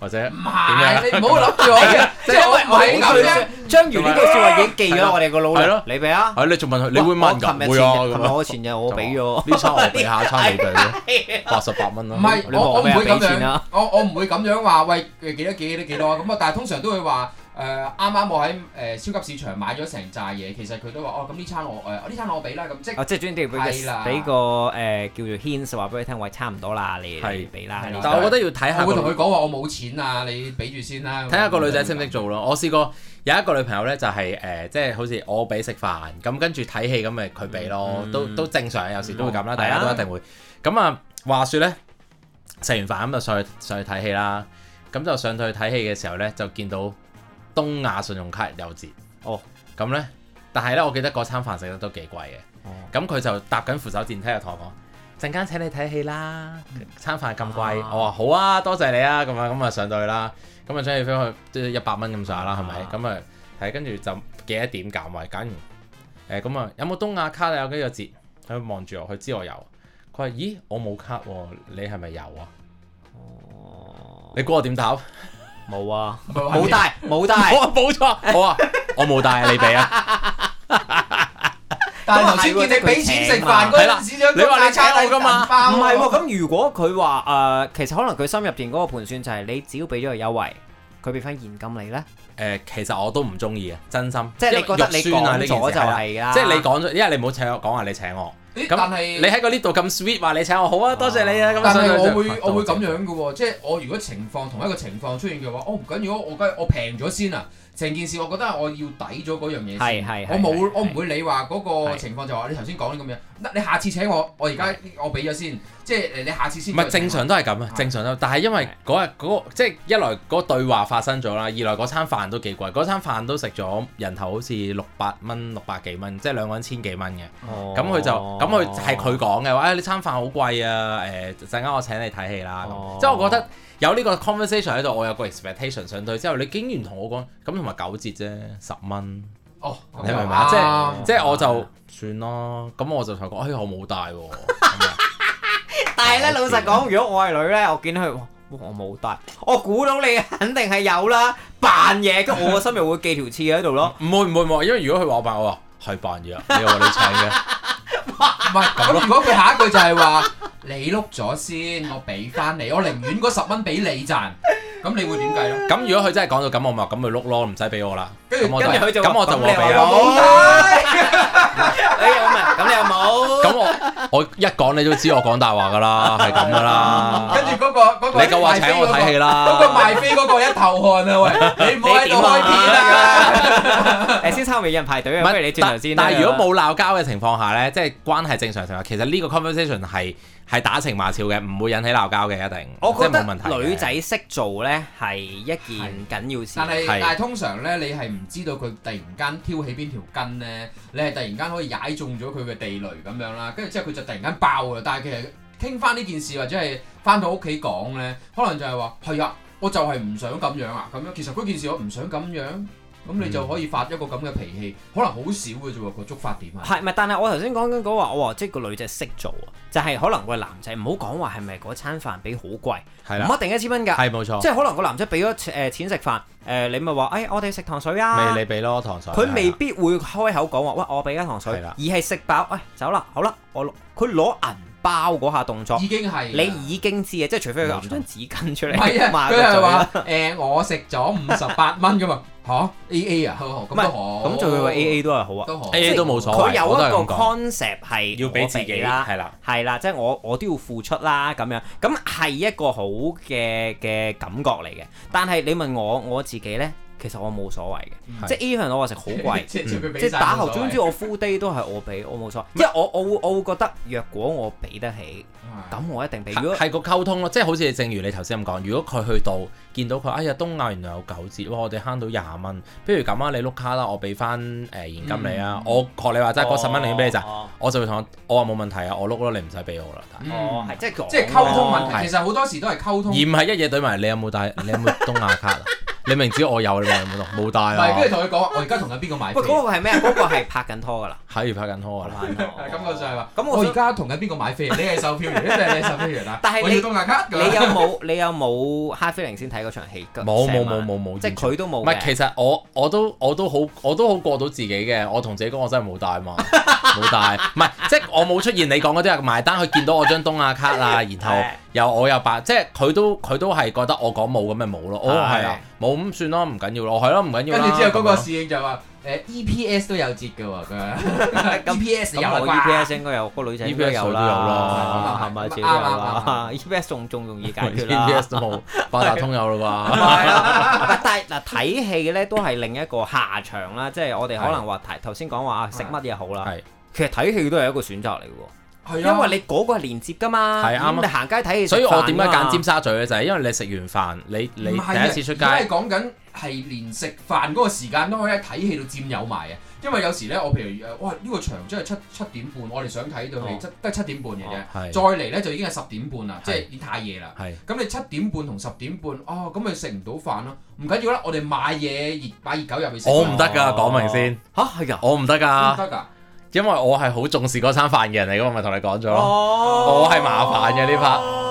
Speaker 8: 或者
Speaker 5: 嗯
Speaker 7: 唔
Speaker 8: 點樣
Speaker 7: 係，你唔好諗住我 嘅，即係我唔係咁樣。
Speaker 5: 章魚呢句説話已經記咗我哋個腦
Speaker 8: 係
Speaker 5: 啦
Speaker 8: 咯。
Speaker 5: 你俾啊！
Speaker 8: 係你仲問佢，你會問
Speaker 5: 我琴
Speaker 8: 㗎？
Speaker 5: 日前日
Speaker 8: 會啊，咁
Speaker 5: 琴日
Speaker 8: 樣
Speaker 5: 我前日我俾咗。
Speaker 8: 呢餐我俾，下一餐你俾咯，八十八蚊咯。
Speaker 7: 唔係，
Speaker 5: 你
Speaker 7: 我我唔
Speaker 5: 望咩啊
Speaker 7: 會咁
Speaker 5: 俾錢
Speaker 7: 樣
Speaker 5: 啊，
Speaker 7: 我我唔會咁樣話，喂幾多幾多幾多啊咁啊！但係通常都會話誒啱啱我喺誒超級市場買咗成扎嘢，其實佢都話哦咁呢餐我誒呢餐我俾啦咁即係
Speaker 5: 啊，即係專登俾
Speaker 7: 係
Speaker 5: 個
Speaker 7: 啦
Speaker 5: 俾個誒叫做 hints 話俾佢聽，喂，差唔多啦，你
Speaker 8: 係
Speaker 5: 你俾啦。
Speaker 7: 係啦
Speaker 8: 但係我覺得要睇下
Speaker 7: 我會同
Speaker 8: 個
Speaker 7: 佢講話我冇錢啊，你俾住先啦。
Speaker 8: 睇下個女仔識唔識做咯。我試過有一個女朋友咧，就係誒，即係好似我俾食飯，咁跟住睇戲咁咪佢俾咯
Speaker 5: 嗯，
Speaker 8: 都都正常，有時都會咁啦，
Speaker 5: 嗯
Speaker 8: 大家都一定會。咁啊，話說咧，食完飯咁就上去上去睇戲啦。咁就上去睇戲嘅時候咧，就見到東亞信用卡有折。
Speaker 5: 哦，
Speaker 8: 咁咧，但係咧，我記得嗰餐飯食得都幾貴嘅。咁佢就搭緊扶手電梯就同我講：陣間請你睇戲啦，餐飯咁貴。
Speaker 5: 啊
Speaker 8: 我話好啊，多謝你啊，咁啊咁啊上到去啦，咁啊張戲飛去即係一百蚊咁上下啦，係咪
Speaker 5: 啊？
Speaker 8: 咁啊係跟住就幾多點揀位，揀完誒咁啊有冇東亞卡啊？有幾個字，佢望住我，佢知我有。佢話：咦，我冇卡喎，你係咪有啊？
Speaker 5: 哦
Speaker 8: 你估我點答？
Speaker 5: 冇啊，
Speaker 7: 冇
Speaker 5: 帶冇帶
Speaker 8: 我冇錯， 好啊，我冇帶啊，你俾啊。
Speaker 7: 但係頭先見你俾錢食飯嗰陣時，
Speaker 8: 你話你請我㗎
Speaker 7: 㗎
Speaker 5: 唔
Speaker 8: 嘛
Speaker 5: 係喎，咁如果佢話誒，其實可能佢心入邊嗰個盤算就係你只要俾咗佢優惠，佢俾翻現金你咧，
Speaker 8: 誒、其實我都唔中意嘅，啊真心。
Speaker 5: 即係你
Speaker 8: 因為
Speaker 5: 覺得你
Speaker 8: 肉酸啊
Speaker 5: 講
Speaker 8: 呢
Speaker 5: 咗
Speaker 8: 件事
Speaker 5: 就
Speaker 8: 啦
Speaker 5: 係啦，
Speaker 8: 即係你講咗，因為你冇請我講話你請我，
Speaker 7: 咦
Speaker 8: 咁
Speaker 7: 但
Speaker 8: 你
Speaker 7: 係
Speaker 8: 喺個呢度咁 sweet 話你請我，好啊，多謝你啊。咁
Speaker 7: 但
Speaker 8: 所以
Speaker 7: 係我
Speaker 8: 就
Speaker 7: 會我會咁樣嘅喎，即係我如果情況同一個情況出現嘅話，哦唔緊要，我梗係我平咗先啊！成件事我覺得我要抵咗嗰樣嘢
Speaker 5: 係
Speaker 7: 先，
Speaker 5: 係係
Speaker 7: 我冇
Speaker 5: 係
Speaker 7: 我唔會理話嗰個
Speaker 5: 係
Speaker 7: 情況就話你頭先講啲咁樣，嗱你下次請我，我而家我俾咗先，即係誒你下次先。
Speaker 8: 唔係正常都係咁啊，正常都，但係因為嗰日嗰個即係一來嗰個對話發生咗啦，二來嗰餐飯都幾貴，嗰餐飯都食咗人頭好似六百蚊、六百幾蚊，即係兩個人千幾蚊嘅。咁佢就
Speaker 7: 哦
Speaker 8: 咁佢係佢講嘅話，哎你餐飯好貴啊！誒陣間我請你睇戲啦。咁
Speaker 5: 哦
Speaker 8: 即係我覺得有呢個 conversation 喺度，我有個 expectation 上對之後，你竟然同我講咁同埋九折啫，十蚊，
Speaker 7: 哦，
Speaker 8: 你明唔明啊？即係
Speaker 7: 即
Speaker 8: 即係我
Speaker 5: 啊
Speaker 8: 就算啦。咁我就同佢講，哎我冇帶喎。 咁樣
Speaker 5: 但係咧，老實講，如果我係女咧，我見到佢，哇我冇帶，我估到你肯定係有啦，扮嘢，咁我個心入會記條刺喺度咯。
Speaker 8: 唔會唔會唔會，因為如果佢話我扮，我話係扮 嘢啊，你話你請嘅，
Speaker 7: 係唔係咁？如果佢下一句就係話你碌咗先，我俾翻你，我寧願嗰十蚊俾你賺，咁你會點計咧？
Speaker 8: 咁如果佢真係講到咁，我咪話咁咪碌咯，唔使俾我啦。
Speaker 7: 跟住
Speaker 8: 咁我就
Speaker 5: 跟住佢就話
Speaker 8: 咁我就
Speaker 5: 你
Speaker 8: 話俾
Speaker 5: 話
Speaker 8: 啊。
Speaker 5: 我冇帶，你有咪？咁你又冇？
Speaker 8: 咁我我一講你都知我講大話噶啦，係咁 噶啦。
Speaker 7: 跟住嗰個嗰個
Speaker 8: 你夠話請我睇戲啦。
Speaker 7: 嗰個賣飛嗰個一頭汗啊！喂，你唔好喺度開片啊啦！
Speaker 5: 誒，先生未有人排隊
Speaker 8: 唔
Speaker 5: 啊，
Speaker 8: 係
Speaker 5: 不如你轉頭先啦。
Speaker 8: 但係如果冇鬧交嘅情況下呢，即係關係正常情況下，其實呢個 conversation 係係打情罵俏嘅，唔會引起鬧交嘅，一定。
Speaker 5: 我覺
Speaker 8: 即係冇問題
Speaker 5: 得
Speaker 8: 嘅
Speaker 5: 女仔識做咧係一件緊要事。
Speaker 7: 但係
Speaker 8: 係
Speaker 7: 但係通常咧，你係唔知道佢突然間挑起邊條筋咧，你係突然間可以踩中咗佢嘅地雷咁樣啦，跟住之後佢就突然間爆啦。但係其實傾翻呢件事或者係翻到屋企講咧，可能就係話係啊，我就係唔想咁樣啊，咁樣其實嗰件事我唔想咁樣，咁
Speaker 5: 嗯
Speaker 7: 你就可以發一個咁嘅脾氣，可能好少嘅啫喎個觸發點啊。
Speaker 5: 係咪？但係我頭先講緊嗰話，我話即係個女仔識做啊，就係可能個男仔唔好講話係咪嗰餐飯俾好貴，
Speaker 8: 係
Speaker 5: 唔
Speaker 8: 啦，
Speaker 5: 一定一千蚊㗎。
Speaker 8: 係冇錯。
Speaker 5: 即係可能個男仔俾咗誒錢食飯，誒、你咪話，誒、我哋食糖水啊
Speaker 8: 未，你俾咯糖水。
Speaker 5: 佢未必會開口講話，喂，我俾咗糖水，
Speaker 8: 係啦
Speaker 5: 而係食飽，喂、走啦，好啦，我攞佢攞銀包嗰下動作，
Speaker 7: 已經係啊
Speaker 5: 你已經知啊嘅，即係除非佢揞張紙巾出嚟，
Speaker 7: 唔係啊，
Speaker 5: 抹
Speaker 7: 佢
Speaker 5: 個
Speaker 7: 係
Speaker 5: 嘴啊啦
Speaker 7: 話誒，我食咗五十八蚊噶嘛，吓 A A 啊，好好咁都好，
Speaker 5: 咁就佢話 A A 都係好啊，
Speaker 7: 哦都好
Speaker 8: A A 都冇所
Speaker 5: 佢
Speaker 8: 謂。
Speaker 5: 有
Speaker 8: 我都係
Speaker 5: 一個
Speaker 8: 咁講
Speaker 5: concept 係
Speaker 8: 要俾自
Speaker 5: 我
Speaker 8: 己
Speaker 5: 啦，
Speaker 8: 係啦。
Speaker 5: 係啦，即係我我都要付出啦，咁樣咁係一個好嘅嘅感覺嚟嘅。但係你問我我自己呢，其實我冇所謂嘅，
Speaker 8: 係
Speaker 5: 即係 even 我話食好
Speaker 7: 。
Speaker 5: 貴
Speaker 7: 即係佢俾
Speaker 5: 即係
Speaker 7: 晒
Speaker 5: 打
Speaker 7: 冇
Speaker 5: 後，
Speaker 7: 所
Speaker 5: 總之
Speaker 7: 謂
Speaker 5: 我 full day 都係我俾，我冇錯。因為我我會我會覺得，若果我俾得起，
Speaker 7: 係
Speaker 5: 咁我一定俾。如
Speaker 8: 係
Speaker 5: 果
Speaker 8: 係個溝通咯，即係好似正如你頭先咁講，如果佢去到見到佢，哎呀東亞原來有九折，哇我哋慳到廿蚊，不如咁啊，你碌卡啦，我俾翻誒現金你啊，我學你話齋嗰十蚊你已經俾你咋，
Speaker 5: 嗯哦
Speaker 8: 我就會同我我話冇問題啊，我碌咯，你唔使俾我啦，但係
Speaker 5: 哦，
Speaker 7: 嗯
Speaker 5: 係即係講
Speaker 7: 即係溝通
Speaker 5: 咯
Speaker 7: 問題，其實好多時都係溝
Speaker 8: 而
Speaker 7: 通。
Speaker 8: 唔係一嘢懟埋你有冇帶，你有冇東亞卡啊？你明知我有，你話有冇攞冇帶
Speaker 7: 唔係，跟
Speaker 8: 啊？
Speaker 7: 住同佢講話，我而家同緊邊個買
Speaker 5: 喂，
Speaker 7: 飛？
Speaker 5: 嗰個係咩啊？嗰個係拍緊拖㗎 啦，
Speaker 8: 喺度拍 緊拖啊！
Speaker 7: 係感覺就係話，
Speaker 5: 咁我
Speaker 7: 我
Speaker 5: 想
Speaker 7: 而家同緊邊個買飛？你係 售票員，一定係你係售票員啦。
Speaker 5: 但係
Speaker 7: 我
Speaker 5: 你
Speaker 7: 要東亞卡
Speaker 5: 你
Speaker 7: 咁樣
Speaker 5: 有冇你有冇 high feeling 先睇嗰場戲？
Speaker 8: 冇冇
Speaker 5: 成
Speaker 8: 冇
Speaker 5: 晚
Speaker 8: 冇冇，
Speaker 5: 即係佢都冇
Speaker 8: 唔
Speaker 5: 嘅。
Speaker 8: 係，其實我我都我都好我都好過到自己嘅。我同自己講，我真係冇帶嘛，冇帶。唔係，即係我冇出現你講嗰啲啊埋單，佢見到我張東亞卡啊，然後
Speaker 5: 係
Speaker 8: 又我又白，即係佢都佢都係覺得我講冇咁咪冇咯。哦，
Speaker 5: 係
Speaker 8: 係啊，冇咁算咯，唔緊要咯，係咯，唔緊
Speaker 7: 跟
Speaker 8: 要啦
Speaker 7: 住之後嗰個
Speaker 8: 咁樣
Speaker 7: 侍應就話，誒 EPS 都有折嘅喎，佢話 E
Speaker 5: 咁
Speaker 7: EPS 有
Speaker 5: 咁
Speaker 7: 啦
Speaker 5: 我 E
Speaker 7: 啩
Speaker 5: EPS 應該有，個女仔
Speaker 8: EPS
Speaker 5: 應該有
Speaker 8: 佢都有
Speaker 5: 啦
Speaker 8: 啦，
Speaker 5: 係咪
Speaker 7: 啱
Speaker 5: 自己都有啦
Speaker 7: 啱
Speaker 5: ？EPS 仲仲容易解
Speaker 8: E
Speaker 5: 決啦。
Speaker 8: GPS 都冇，八達通有啦
Speaker 5: 係啦， 但係嗱睇戲咧都係另一個下場啦，即係我哋可能話睇頭先講話啊食乜嘢好啦，
Speaker 8: 係
Speaker 5: 其實睇戲都係一個選擇嚟嘅
Speaker 7: 係
Speaker 5: 喎，因
Speaker 7: 啊
Speaker 5: 為你嗰個係連接噶嘛，
Speaker 8: 係啱啊
Speaker 5: 咁你行街睇戲
Speaker 8: 啩。
Speaker 5: 食飯㗎嘛，
Speaker 8: 所以我點解揀尖沙咀咧？就係因為你食完飯，你你
Speaker 7: 唔係啊
Speaker 8: 第一次出街
Speaker 7: 而家係講緊係連食飯嗰個時間都可以喺睇戲度佔有埋啊！因為有時咧，我譬如誒，哇呢、個場真係七七點半，我哋想睇到戲，
Speaker 5: 哦
Speaker 7: 七得七點半嘅啫。再
Speaker 8: 係
Speaker 7: 嚟咧就已經係十點半啦，
Speaker 8: 係
Speaker 7: 即係已經太夜啦。
Speaker 8: 係。
Speaker 7: 咁你七點半同十點半，哦，咁咪食唔到飯咯。唔緊要啦，我哋買嘢熱買熱狗入去食。
Speaker 8: 我唔得㗎，講明先，
Speaker 5: 嚇係啊，
Speaker 8: 我唔得
Speaker 7: 唔
Speaker 8: 㗎，
Speaker 7: 得㗎。
Speaker 8: 因為我係好重視嗰餐飯嘅人嚟㗎，我咪同你講咗咯。
Speaker 5: 哦
Speaker 8: 我係麻煩嘅呢 part
Speaker 5: 哦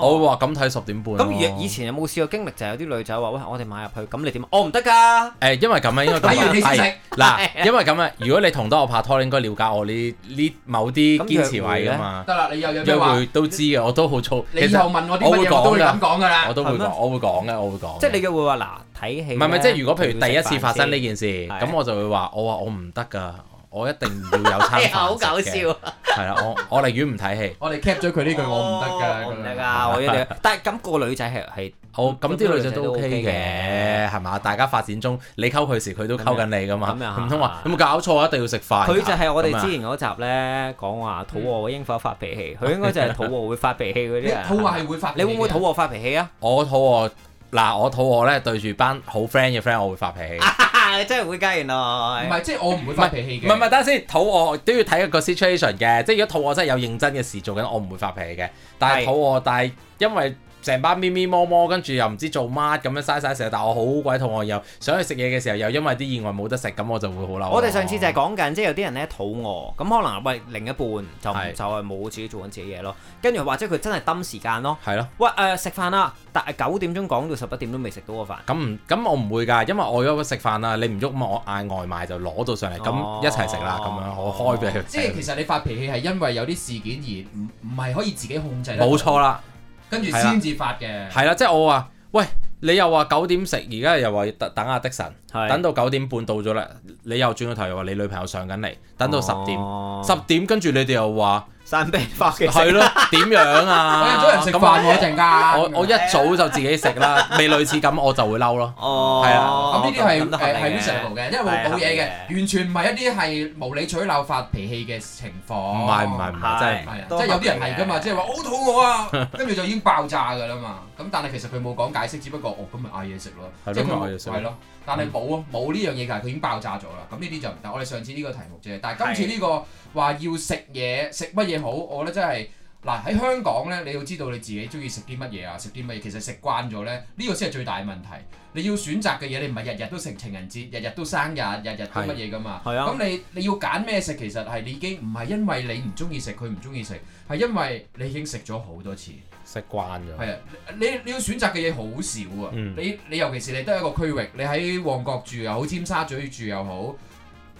Speaker 8: 我會話咁睇十點半咯。
Speaker 5: 咁以以前有冇試過經歷就係有啲女仔話喂我哋買入去，咁你點？我唔得㗎，
Speaker 8: 誒，因為咁啊，因為咁 啊
Speaker 7: 睇完你先食
Speaker 8: 係嗱，因為咁啊，如果你同得我拍拖，你應該了解我呢呢某啲堅持位噶嘛。
Speaker 7: 得啦，你又有咩
Speaker 8: 約
Speaker 7: 話？
Speaker 8: 會都知嘅，我都好粗。
Speaker 7: 你
Speaker 8: 其
Speaker 7: 以
Speaker 8: 實
Speaker 7: 後問我啲乜嘢，我都會咁講㗎啦
Speaker 8: 我。都會
Speaker 5: 係咩
Speaker 8: 講，我會講嘅，我會講嘅。
Speaker 5: 即係你嘅會話嗱睇戲
Speaker 8: 唔
Speaker 5: 呢。
Speaker 8: 係唔係，即係如果譬如第一次發生呢
Speaker 5: 件，
Speaker 8: 件事，
Speaker 5: 係
Speaker 8: 咁我就會話：我話我唔得㗎，我一定要有餐飯
Speaker 5: 好搞
Speaker 8: 食嘅
Speaker 5: 笑。啊！
Speaker 8: 係啦，我我寧願唔睇戲。
Speaker 7: 我哋 cap 咗佢呢句，我唔得㗎。
Speaker 5: 我唔得㗎，我一 定。但係咁個女仔係係
Speaker 8: 好，咁啲女仔
Speaker 5: 咁啲女仔都
Speaker 8: 都 OK
Speaker 5: OK 嘅
Speaker 8: 嘅，係嘛？大家發展中，你溝佢時，佢都溝緊你噶嘛
Speaker 5: 咁又？係
Speaker 8: 唔通話有冇搞錯啊？一定要食飯㗎。
Speaker 5: 佢就係我哋之
Speaker 8: 咁啊
Speaker 5: 前嗰集咧講話肚餓會應否發 脾氣，佢應該就係肚餓會發脾氣嗰啲
Speaker 7: 你
Speaker 5: 人。
Speaker 7: 肚話係會發脾氣嘅，
Speaker 5: 你會唔會肚餓發脾氣 啊？
Speaker 8: 我肚餓嗱，我肚餓咧，對住班好 friend 嘅 friend，我會發脾
Speaker 5: 啊
Speaker 8: 氣。
Speaker 5: 你真係會㗎，原
Speaker 7: 唔
Speaker 5: 來。
Speaker 7: 係，即係我唔會發脾氣
Speaker 8: 唔
Speaker 7: 嘅。
Speaker 8: 係唔係，等下先，肚餓都要睇個 situation 嘅，即係如果肚餓真係有認真嘅事做緊，我唔會發脾氣嘅。但
Speaker 5: 係
Speaker 8: 係肚餓，但係因為成班咪咪摸摸，跟住又唔知做乜咁樣嘥晒時間，但我好鬼肚餓，又想去食嘢嘅時候，又因為啲意外冇得食，咁我就會好嬲咯。
Speaker 5: 我哋上次就係講緊，即係有啲人咧肚餓，咁可能喂另一半就唔就
Speaker 8: 係
Speaker 5: 係冇自己做緊自己嘢咯，跟住或者佢真係抌時間咯。
Speaker 8: 係咯。
Speaker 5: 喂誒食飯啦，但係九點鐘講到十一點都未食到個飯。
Speaker 8: 咁唔咁我唔會㗎，因為我如果食飯啊啦，你唔喐咁我嗌外賣就攞到上嚟，
Speaker 5: 哦
Speaker 8: 咁一齊食啦，咁樣我開俾佢
Speaker 7: 即係其
Speaker 8: 食，
Speaker 7: 實你發脾氣係因為有啲事件而唔唔係可以自己控制得到
Speaker 8: 冇錯，啦，
Speaker 7: 跟住先至發嘅。
Speaker 8: 係啦，即係我話喂，你又話九點食，而家又話要等等阿的神，
Speaker 5: 係
Speaker 8: 等到九點半到咗啦，你又轉個頭又話你女朋友上緊嚟，等到十點
Speaker 5: 哦
Speaker 8: 十點，跟住你哋又話
Speaker 5: 散啤花嘅
Speaker 8: 係咯，點樣 啊？
Speaker 7: 我約咗人食飯喎，一陣間。
Speaker 8: 我我一早就自己食啦，未類似咁我就會嬲咯。
Speaker 5: 哦，
Speaker 8: 係啊
Speaker 7: 咁呢啲係
Speaker 5: 咁都合理
Speaker 7: 係係
Speaker 5: 嘅
Speaker 7: reasonable 嘅，因為冇冇嘢嘅，完全唔係一啲係無理取鬧發脾氣嘅情
Speaker 8: 唔
Speaker 7: 況。
Speaker 8: 係唔係唔係，真係唔係
Speaker 7: 係啊，即
Speaker 5: 都
Speaker 7: 係有啲人
Speaker 5: 合理嘅
Speaker 7: 係噶嘛，即係話好肚餓 啊，跟住就已經爆炸㗎啦嘛。咁但係其實佢冇講解釋，只不過哦咁咪嗌嘢食咯，
Speaker 8: 係咯
Speaker 7: 即係佢
Speaker 8: 咪嗌嘢食咯嗯
Speaker 7: 係咯。但係冇啊，冇呢樣嘢㗎，佢已經爆炸咗啦。咁呢啲就唔得。我哋上次呢個題目啫，但係今次呢個話要食嘢食乜嘢好，我覺得真係。嗱喺香港咧，你要知道你自己中意食啲乜嘢啊，食啲乜嘢，其實食慣咗咧，呢個先係最大問題。你要選擇嘅嘢，你唔係日日都食情人節，日日都生日，日日都乜嘢噶嘛。
Speaker 5: 係啊
Speaker 7: 咁你你要揀咩食，其實係你已經唔係因為你唔中意食，佢唔中意食，係因為你已經食咗好多次。
Speaker 8: 食慣
Speaker 5: 嗯
Speaker 8: 咗。
Speaker 7: 係啊，你你要選擇嘅嘢好少啊！
Speaker 8: 嗯
Speaker 7: 你你尤其是你得一個區域，你喺旺角住又好，尖沙咀住又好，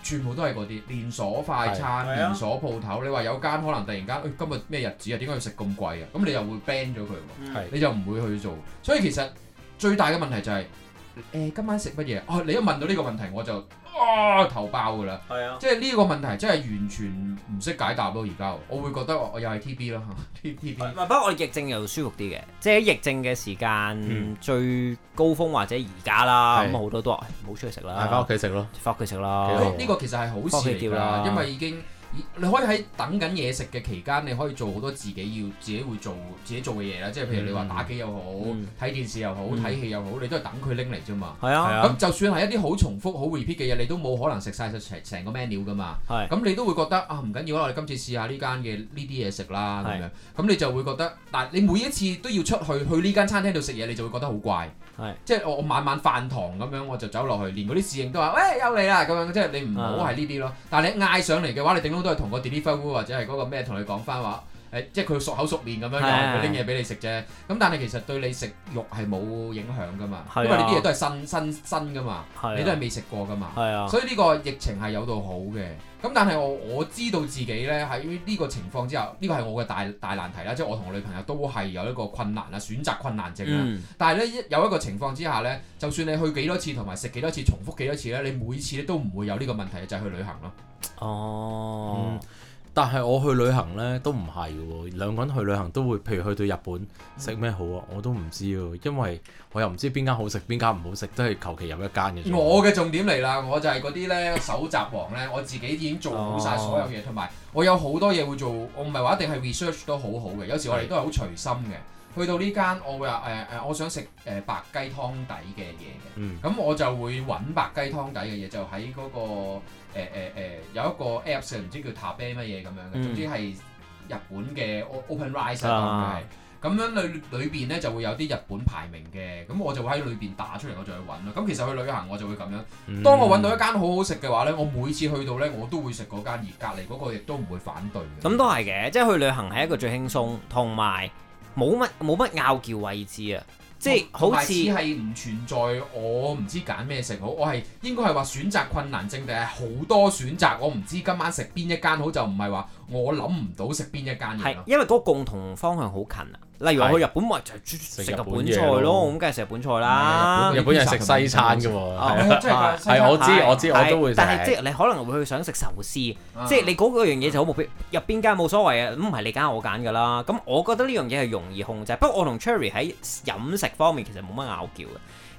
Speaker 7: 全部都係嗰啲連鎖快餐、
Speaker 5: 係係啊
Speaker 7: 連鎖鋪頭。你話有間可能突然間，哎、今日咩日子啊？點解要食咁貴啊？咁你又會 ban 咗佢喎，
Speaker 8: 係
Speaker 7: 你就唔會去做。所以其實最大嘅問題就係、誒今晚食乜嘢？哦，你一問到呢個問題我就啊頭爆㗎啦！
Speaker 5: 係啊，
Speaker 7: 即係呢個問題真係完全唔識解答咯。而家我會覺得我我又係 TB 啦，TB。
Speaker 5: 唔係不過我哋疫症又舒服啲嘅，即係喺疫症嘅時間
Speaker 8: 嗯
Speaker 5: 最高峰或者而家啦，
Speaker 8: 係
Speaker 5: 咁好多都話唉唔好出去食啦，
Speaker 8: 嗌翻屋企食咯。
Speaker 5: 翻屋企食啦
Speaker 8: 幾
Speaker 7: 呢
Speaker 8: 好。
Speaker 7: 呢個其實係好事嚟
Speaker 5: 幫佢叫啦
Speaker 7: 㗎，因為已經你可以喺等緊嘢食嘅期間，你可以做好多自己要自己會做自己做嘅嘢啦。即係譬如你話
Speaker 8: 嗯
Speaker 7: 打機又好，睇、
Speaker 5: 嗯
Speaker 7: 電視又好，
Speaker 5: 嗯
Speaker 7: 睇、戲又好，你都係等佢拎嚟啫嘛。
Speaker 5: 係啊，
Speaker 8: 係
Speaker 7: 咁
Speaker 8: 啊
Speaker 7: 就算係一啲好重複、好 repeat 嘅嘢，你都冇可能食晒成成個 menu 㗎嘛。
Speaker 5: 係
Speaker 7: 咁你都會覺得啊，唔緊要啦，我哋今次試下呢間嘅呢啲嘢食啦咁
Speaker 5: 係
Speaker 7: 樣。咁你就會覺得，但你每一次都要出去去呢間餐廳度食嘢，你就會覺得好怪。
Speaker 5: 係
Speaker 7: 即係我我晚晚飯堂咁樣，我就走落去，連嗰啲侍應都話：喂，有你啦咁樣。即係你唔好
Speaker 5: 啊
Speaker 7: 係呢啲咯。但係你嗌上嚟嘅話，你頂多都係同個 delivery 或者係嗰個咩同你講翻話。誒，即係佢熟口熟面咁樣，又係佢拎嘢俾你食啫。咁但係其實對你食肉係冇影響噶嘛，
Speaker 5: 係
Speaker 7: 因
Speaker 5: 啊
Speaker 7: 為呢啲嘢都係新新新噶嘛，
Speaker 5: 係啊
Speaker 7: 你都係未食過噶嘛。
Speaker 5: 係啊，
Speaker 7: 所以呢個疫情係有到好嘅，咁但係我我知道自己呢，喺呢個情況之下，呢個係我嘅大大難題啦，即係我同我女朋友都係有一個困難啦，選擇困難症啦。
Speaker 5: 嗯
Speaker 7: 但係呢，一有一個情況之下呢，就算你去幾多次同埋食幾多次，重複幾多次呢，你每次都唔會有呢個問題，就係去旅行咯。
Speaker 5: 哦
Speaker 8: 嗯，但係我去旅行呢都唔係嘅喎，兩個人去旅行都會，譬如去到日本食咩好啊，我都唔知喎，因為我又唔知邊間好食，邊間唔好食，都係求其入一間嘅啫。
Speaker 7: 我嘅重點嚟啦，我就係嗰啲呢搜集王呢，我自己已經做好晒所有嘢，同
Speaker 8: 哦
Speaker 7: 埋我有好多嘢會做，我唔係話一定係 research 都好好嘅，有時我哋都係好隨心嘅。去到呢間，我會話誒誒，我想食誒、白雞湯底嘅嘢嘅。
Speaker 8: 嗯
Speaker 7: 咁我就會揾白雞湯底嘅嘢，就喺嗰、個誒誒、呃呃有一個 Apps 唔知叫 Tabe 乜嘢咁樣嘅，
Speaker 5: 嗯
Speaker 7: 總之係日本嘅 O- OpenRice 啊
Speaker 5: 啊
Speaker 7: 咁樣係。咁樣裏裏邊咧就會有啲日本排名嘅，咁我就會喺裏邊打出嚟，我就去揾咯。咁其實去旅行我就會咁樣。
Speaker 8: 嗯
Speaker 7: 當我揾到一間好好食嘅話咧，我每次去到咧我都會食嗰間，而隔離嗰個亦都唔會反對嘅。
Speaker 5: 咁都係嘅，即係去旅行係一個最輕鬆，同埋冇乜冇乜拗撬位置啊，即係好似
Speaker 7: 似係唔存在我唔知揀咩食好，我係應該係話選擇困難症定係好多選擇，我唔知今晚食邊一間好，就唔係話我諗唔到食邊一間嘢
Speaker 5: 係
Speaker 7: 咯。
Speaker 5: 因為嗰個共同方向好近啊。例如我去日本，咪就係食日本菜
Speaker 8: 日本嘢
Speaker 5: 咯，
Speaker 8: 咯
Speaker 5: 咁梗係食日本菜啦。
Speaker 8: 啊日本人食西餐嘅喎，
Speaker 5: 啊
Speaker 8: 係
Speaker 7: 哦真係㗎
Speaker 8: 啊
Speaker 7: 西餐
Speaker 8: 係我知
Speaker 5: 係
Speaker 8: 我知我都會
Speaker 5: 係但係即
Speaker 8: 食。
Speaker 5: 係你可能會去想食壽司，即
Speaker 7: 啊
Speaker 5: 係你嗰嗰樣嘢就好目標，入邊間冇所謂啊，唔係你揀我揀㗎啦。咁我覺得呢樣嘢係容易控制，不過我同 Cherry 喺飲食方面其實冇乜拗撬嘅。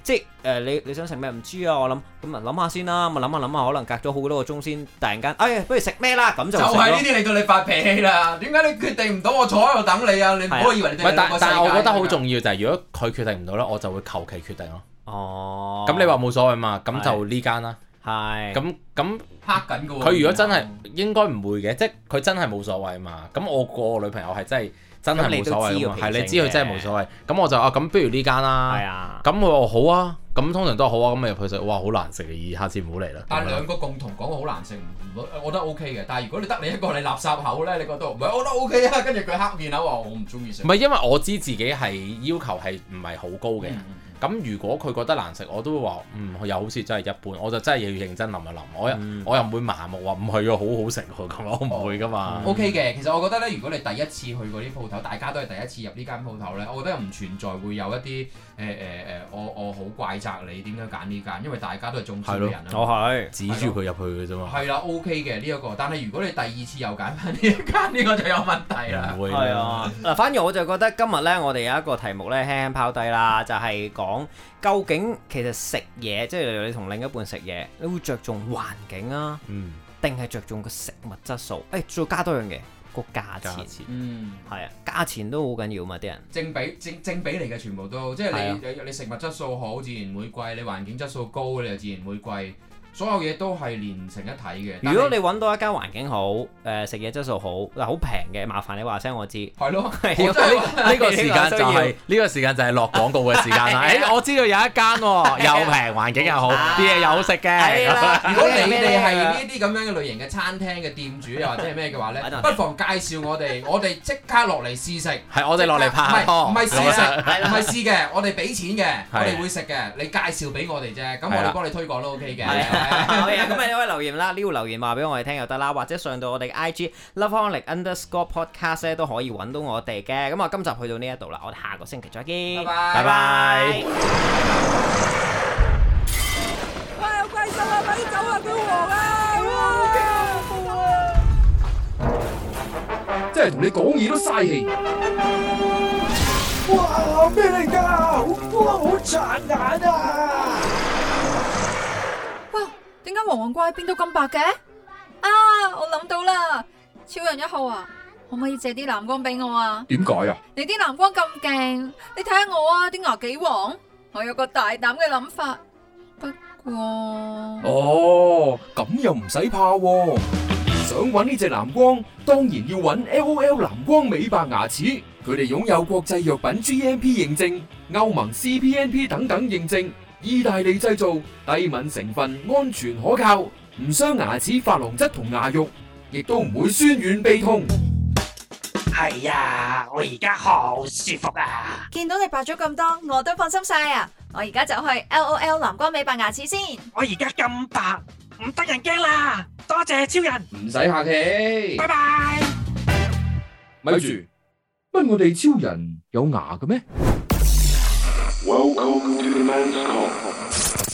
Speaker 5: 即係誒、呃你你想食咩唔知啊？我諗咁啊，諗下先啦。咁啊，諗下諗下，可能隔咗好多個鐘先，突然間，哎呀，不如食咩啦？咁就
Speaker 7: 就
Speaker 5: 食
Speaker 7: 係呢
Speaker 5: 咯。
Speaker 7: 啲令到你發脾氣啦！點解你決定唔到我坐喺度等你啊？你唔好以為你
Speaker 8: 唔
Speaker 7: 哋
Speaker 8: 係，
Speaker 7: 兩
Speaker 8: 但
Speaker 7: 個世界
Speaker 8: 但係我覺得好
Speaker 7: 㗎
Speaker 8: 重要就係，如果佢決定唔到咧，我就會求其決定咯。
Speaker 5: 哦，
Speaker 8: 咁你話冇所謂嘛？咁
Speaker 5: 係
Speaker 8: 就呢間
Speaker 5: 哦
Speaker 8: 啦。
Speaker 5: 係
Speaker 8: 咁咁
Speaker 7: 黑緊嘅喎。
Speaker 8: 佢如果真係應該唔會嘅，即係佢真係冇所謂嘛。咁我個女朋友係真係真係冇所
Speaker 5: 咁你
Speaker 8: 謂
Speaker 5: 都
Speaker 8: 㗎
Speaker 5: 知
Speaker 8: 嘛，
Speaker 5: 佢
Speaker 8: 係你
Speaker 5: 脾
Speaker 8: 知
Speaker 5: 性嘅
Speaker 8: 佢真係冇所謂。咁我就啊，咁不如呢間
Speaker 5: 係
Speaker 8: 啦。
Speaker 5: 啊，
Speaker 8: 咁佢話好啊，咁通常都係好啊，咁咪入去食。哇，好難食嘅，下次唔好嚟啦。
Speaker 7: 但
Speaker 8: 咁樣
Speaker 7: 兩個共同講好難食，唔唔我覺得 O K 嘅。但係如果你得你一個你垃圾口咧，你覺得唔係我覺得 O K 啊，跟住佢黑面口話我唔中意食
Speaker 8: 唔。係因為我知自己係要求係唔係好高嘅。
Speaker 7: 嗯
Speaker 8: 咁、如果佢覺得難食，我都會話嗯，又好似真係一般，我就真係要認真諗一諗。我、
Speaker 5: 嗯
Speaker 8: 我又唔會盲目話唔係啊，好好食喎咁，我唔會噶嘛。嗯
Speaker 7: O K 嘅，其實我覺得咧，如果你第一次去嗰啲鋪頭，大家都係第一次入呢間鋪頭咧，我覺得唔存在會有一啲誒誒誒，我我好怪責你點解揀呢間，因為大家都係中招嘅人
Speaker 5: 我
Speaker 7: 啊。
Speaker 5: 係。
Speaker 8: 指住佢入去嘅啫
Speaker 5: 啊
Speaker 8: 嘛，
Speaker 7: 係啦，O K 嘅呢一個，但係如果你第二次又揀翻呢一間，呢個就有問題啦。
Speaker 8: 唔會
Speaker 5: 係啊，嗱，反而我就覺得今日呢，我哋有一個題目呢，輕輕拋低啦，就係講究竟其實食嘢，即係例如你同另一半食嘢，你會着重環境啊，
Speaker 8: 嗯，
Speaker 5: 定係着重個食物質素？誒、再加多樣嘢，個價
Speaker 8: 價
Speaker 5: 錢
Speaker 8: 錢
Speaker 7: 嗯。
Speaker 5: 係啊，價錢都好緊要嘛，啲人
Speaker 7: 正比正正比嚟嘅全部都，即
Speaker 5: 啊
Speaker 7: 係你你你食物質素好，自然會貴；你環境質素高，你就自然會貴。所有嘢都係連成一體嘅。但係
Speaker 5: 如果你揾到一間環境好，誒、食嘢質素好，嗱好平嘅，麻煩你話聲我知。
Speaker 7: 係咯，
Speaker 5: 係
Speaker 8: 呢
Speaker 5: 我真係
Speaker 8: 呢個時間就
Speaker 5: 呢個需要
Speaker 8: 係呢個時間就係落廣告嘅時間啦。誒，我知道有一間喎，又平，環境 又好，啲嘢又啊好食
Speaker 5: 啊係啦
Speaker 8: 嘅。
Speaker 7: 如 果你哋係呢啲咁樣嘅類型嘅餐廳嘅店主，又或者係咩嘅 話咧，
Speaker 5: 等陣
Speaker 7: 不妨介紹我哋，我哋即刻落嚟試食。
Speaker 8: 係我哋落嚟拍下拖，啊
Speaker 7: 唔係唔係試食，唔
Speaker 5: 係啦
Speaker 7: 係試嘅，我哋俾錢嘅，我
Speaker 8: 係
Speaker 7: 哋會食嘅，你介紹俾我哋啫，咁我
Speaker 8: 係
Speaker 7: 哋
Speaker 8: 啦
Speaker 7: 幫你推廣都 OK 嘅。
Speaker 5: 係啊，好嘢！咁你可以留言啦，呢度留言話俾我哋聽又得啦，或者上到我哋嘅 IG loveonic underscore podcast 咧都可以揾到我哋嘅。咁啊，今集去到呢一度啦，我哋下個星期再
Speaker 7: 拜
Speaker 5: 見，
Speaker 7: 拜
Speaker 5: 拜拜。
Speaker 10: 哇！有怪獸啊！快啲走啊！佢黃啊！哇！好驚啊！
Speaker 2: 真係同你講嘢都嘥氣。
Speaker 10: 哇！咩嚟㗎？哇！好殘眼啊！
Speaker 1: 哇，點解黃黃怪變到咁白嘅？啊，我諗到啦，超人一號啊，可唔可以借啲藍光俾我啊？
Speaker 2: 點解啊？
Speaker 1: 你啲藍光咁勁，你睇下我啊，啲牙幾黃。我有個大膽嘅諗法，不過。
Speaker 3: 哦，咁又唔使怕喎、想揾呢只藍光，當然要揾 L O L 藍光美白牙齒。佢哋擁有國際藥品 G M P 認證、歐盟 C P N P 等等認證，意大利製造，低敏成分，安全可靠，唔傷牙齒珐琅質同牙肉，亦都唔會酸軟鼻痛。
Speaker 4: 係呀，我而家好舒服啊！
Speaker 9: 見到你白咗咁多，我都放心晒啊！我而家就去 L O L 蓝光美白牙齒先。
Speaker 4: 我而家咁白，唔得人驚啦！多謝超人，
Speaker 2: 唔使客氣
Speaker 4: 拜。拜。
Speaker 2: 咪住，乜我哋超人有牙嘅咩？
Speaker 6: Welcome to the man's call.